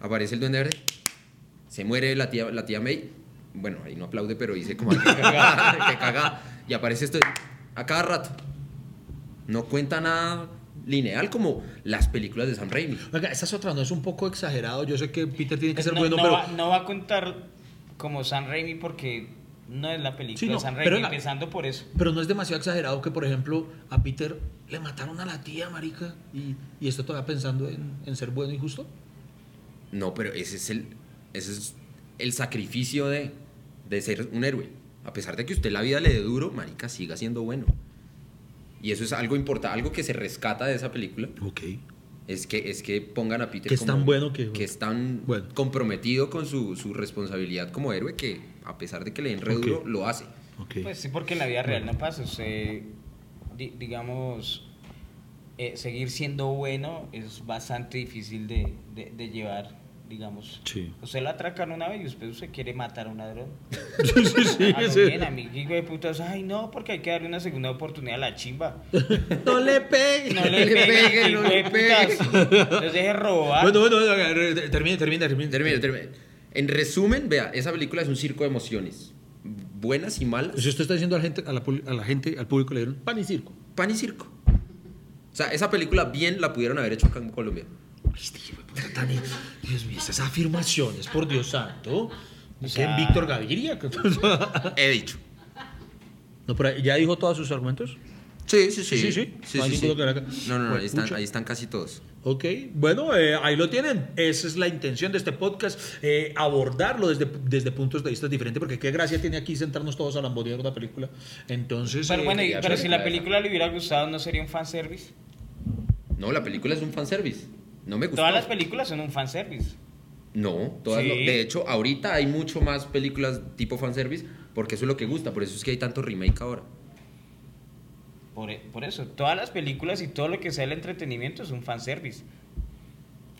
S4: Aparece el Duende Verde. Se muere la tía, la tía May. Bueno, ahí no aplaude, pero dice como que cagada, que cagada. Y aparece esto a cada rato. No cuenta nada lineal como las películas de Sam Raimi.
S1: Venga, esa es otra, no es un poco exagerado. Yo sé que Peter tiene que ser
S2: no,
S1: bueno,
S2: no
S1: pero.
S2: va, no va a contar como San Raimi porque no es la película
S1: Sí, no,
S2: de San
S1: pero
S2: Raimi,
S1: la-
S2: empezando por eso.
S1: Pero no es demasiado exagerado que, por ejemplo, a Peter le mataron a la tía, marica, y, y está todavía pensando en, en ser bueno y justo.
S4: No, pero ese es el, ese es el sacrificio de, de ser un héroe. A pesar de que usted la vida le dé duro, marica, siga siendo bueno. Y eso es algo importante, algo que se rescata de esa película.
S1: Ok.
S4: Es que, es que pongan a Peter
S1: Que es
S4: como-
S1: tan bueno que-
S4: es tan
S1: Bueno.
S4: comprometido con su, su responsabilidad como héroe que, a pesar de que le den re
S1: Ok.
S4: duro, lo hace.
S1: Ok.
S2: Pues sí, porque en la vida real no pasa. Usted, di- digamos, eh, seguir siendo bueno es bastante difícil de, de- de llevar, digamos.
S1: Sí.
S2: Usted lo atracan una vez y usted, usted quiere matar a un ladrón.
S1: sí, sí, sí,
S2: a lo
S1: sí.
S2: bien, a mi hijo de putas, ay no, porque hay que darle una segunda oportunidad a la chimba.
S1: No le pegues.
S2: No le
S4: le
S2: peguen,
S4: peguen,
S2: hijo
S4: no le
S2: de putas. Entonces deje de robar.
S1: Bueno, bueno, bueno, eh, termine, termine, termine.
S4: Termino, termino. En resumen, vea, esa película es un circo de emociones. Buenas y malas.
S1: Si usted está diciendo a la gente, a la, pul- a la gente al público le dieron pan y circo.
S4: pan y circo. O sea, esa película bien la pudieron haber hecho acá en Colombia.
S1: Este hijo de puta tan- Dios mío, esas afirmaciones, por Dios santo.
S2: O
S1: Dicen
S2: sea-
S1: Víctor Gaviria.
S4: He dicho.
S1: no, pero ya dijo todos sus argumentos.
S4: Sí, Sí, sí, sí.
S1: Sí, sí. No hay ninguno que era acá.
S4: No, no, no, ahí están,
S1: Juepucha.
S4: ahí están casi todos.
S1: Ok, bueno, eh, ahí lo tienen. Esa es la intención de este podcast, eh, abordarlo desde, desde puntos de vista diferentes, porque qué gracia tiene aquí sentarnos todos a lambonear una película. Entonces,
S2: Pero
S1: eh,
S2: bueno, y-
S4: ya
S2: pero
S4: sé,
S2: si la
S4: claro.
S2: película le hubiera gustado, ¿no sería un fanservice?
S4: No, la película es un fanservice. No me gusta.
S2: Todas las películas son un fanservice.
S4: No, todas
S2: Sí.
S4: no. De hecho, ahorita hay mucho más películas tipo fanservice porque eso es lo que gusta. Por eso es que hay tanto remake ahora.
S2: Por, e- por eso, todas las películas y todo lo que sea el entretenimiento es un fanservice.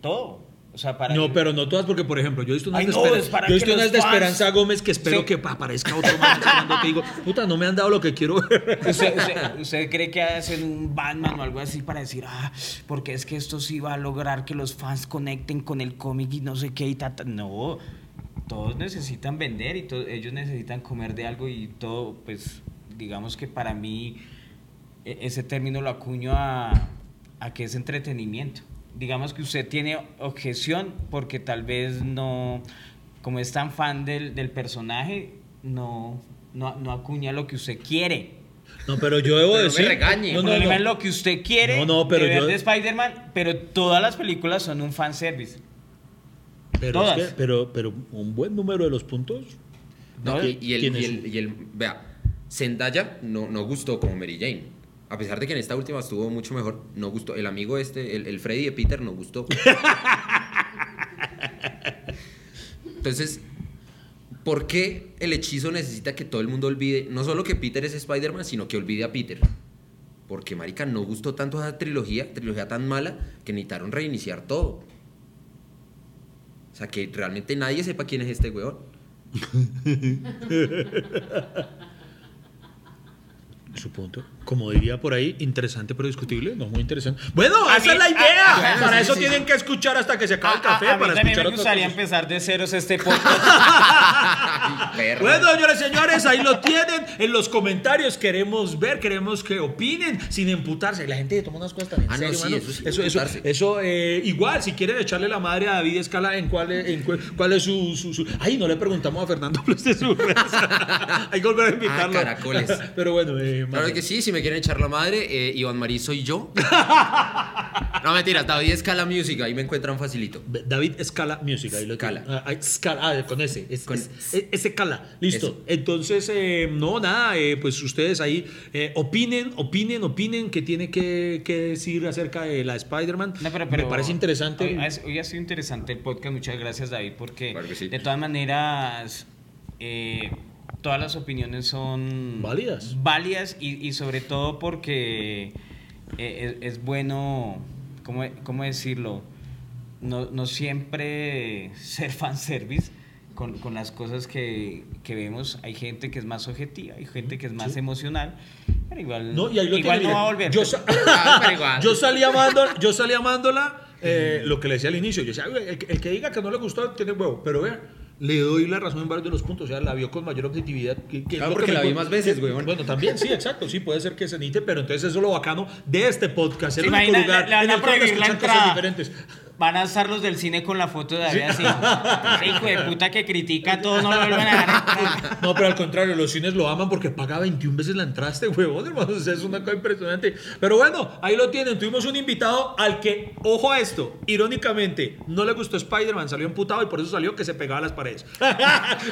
S2: Todo. O sea, para
S1: no, pero no todas, porque por ejemplo, yo he visto unas,
S2: Ay,
S1: de,
S2: no,
S1: Espera-
S2: es para
S1: yo he visto
S2: que
S1: unas
S2: los
S1: de
S2: fans-
S1: Esperanza Gómez que espero
S2: Sí.
S1: que aparezca otro man charlando que digo, puta, no me han dado lo que quiero ver.
S2: ¿Usted, usted- usted cree que hacen un Batman o algo así para decir, ah, porque es que esto sí va a lograr que los fans conecten con el cómic y no sé qué y ta, ta"? No, todos necesitan vender y to- ellos necesitan comer de algo y todo, pues, digamos que para mí e- ese término lo acuño a, a que es entretenimiento. Digamos que usted tiene objeción porque tal vez no, como es tan fan del, del personaje, no, no, no acuña lo que usted quiere.
S1: No, pero yo debo
S4: Pero no me
S1: decir.
S4: regañe.
S1: no,
S2: El
S1: no,
S2: problema
S1: no.
S2: es lo que usted quiere
S1: No, no, pero
S2: de ver
S1: yo-
S2: de Spider-Man, pero todas las películas son un fanservice.
S1: Pero, es
S2: Todas.
S1: que- pero, pero un buen número de los puntos.
S4: No,
S1: ¿de
S4: y, y el,
S1: quién
S4: y
S1: es?
S4: el- y el- Vea, Zendaya no, no gustó como Mary Jane. A pesar de que en esta última estuvo mucho mejor, no gustó. El amigo este, el, el Freddy de Peter, no gustó. Entonces, ¿por qué el hechizo necesita que todo el mundo olvide, no solo que Peter es Spider-Man, sino que olvide a Peter? Porque, marica, no gustó tanto esa trilogía, trilogía tan mala, que necesitaron reiniciar todo. O sea, que realmente nadie sepa quién es este weón.
S1: Su punto. Como diría por ahí, interesante pero discutible. No muy interesante. Bueno,
S2: A
S1: esa
S2: mí-
S1: es la
S2: a-
S1: idea.
S4: bueno,
S1: para
S4: sí,
S1: eso
S4: sí,
S1: tienen que escuchar hasta que se acabe el café.
S2: a, a mí
S1: para
S2: también
S1: escuchar
S2: me
S1: otras
S2: gustaría
S1: cosas.
S2: empezar de ceros este podcast.
S4: Perro.
S1: Bueno, señores, señores, ahí lo tienen. En los comentarios queremos ver, queremos que opinen sin emputarse. La gente toma unas cosas tan
S4: Ah,
S1: en
S4: no,
S1: serio,
S4: sí,
S1: mano.
S4: eso sí,
S1: eso, eso,
S4: emputarse.
S1: eso, eh, igual, si quieren echarle la madre a David Escala en cuál, es- en cuál, cuál es su, su, su- Ay, no le preguntamos a Fernando Plus de su Hay que volver a invitarlo.
S4: caracoles.
S1: Pero bueno, eh,
S4: Claro que sí, si me quieren echar la madre, eh, Iván Marí soy yo. No, mentira, David Escala Music, ahí me encuentran facilito.
S1: David Escala Music, ahí lo
S4: Scala.
S1: tiene. Ah, ah, Scala, ah, con ese. Es,
S4: Con-
S1: es- es- es Scala, listo.
S4: Eso.
S1: Entonces, eh, no, nada, eh, pues ustedes ahí eh, opinen, opinen, opinen qué tiene que, que decir acerca de la Spider-Man.
S2: No, pero-
S1: Me
S2: pero
S1: parece
S2: Hoy,
S1: interesante.
S2: ha- hoy ha sido interesante el podcast. Muchas gracias, David, porque
S4: Claro que sí.
S2: de todas maneras, eh, todas las opiniones son
S1: Válidas.
S2: Válidas y, y sobre todo porque eh, es, es bueno, ¿cómo, cómo decirlo? No, no siempre ser fanservice. Con, con las cosas que, que vemos, hay gente que es más objetiva, hay gente que es más emocional, pero igual,
S1: No, y ahí lo
S2: igual no
S1: tiene, mire.
S2: va a volver.
S1: Yo, sa-
S4: Ah, pero igual.
S1: yo salí amándola, yo salí amándola eh, lo que le decía al inicio. Yo decía, "Güey, el, que- el que diga que no le gustó tiene huevo, pero vea. Le doy la razón en varios de los puntos, o sea, la vio con mayor objetividad. que- que es
S4: Claro,
S1: lo que
S4: porque
S1: me
S4: la vi
S1: gu-
S4: más veces, weón.
S1: Bueno, también, sí, exacto, sí, puede ser que se necesite, pero entonces eso es lo bacano de este podcast, el
S2: ¿Se
S1: único
S2: imagina?
S1: lugar
S2: Le- le van
S1: en
S2: a
S1: el cual
S2: prohibir la
S1: escuchan cosas
S2: entrada.
S1: diferentes.
S2: Van a estar los del cine con la foto de David así. Ese hijo de puta que critica todo, no lo vuelven a dar.
S1: No, pero al contrario, los cines lo aman porque paga 21 veces la entrada este huevón, hermano. O sea, es una cosa impresionante. Pero bueno, ahí lo tienen. Tuvimos un invitado al que, ojo a esto, irónicamente, no le gustó Spider-Man, salió emputado y por eso salió que se pegaba a las paredes.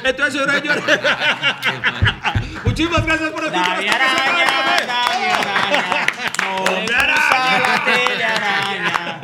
S1: Entonces, señores, señores. Muchísimas gracias por escuchar.
S2: David
S1: Hasta la
S2: Araña,
S1: semana que viene.
S2: David Araña. No le
S1: Hombre araña.
S2: gusta la telaraña.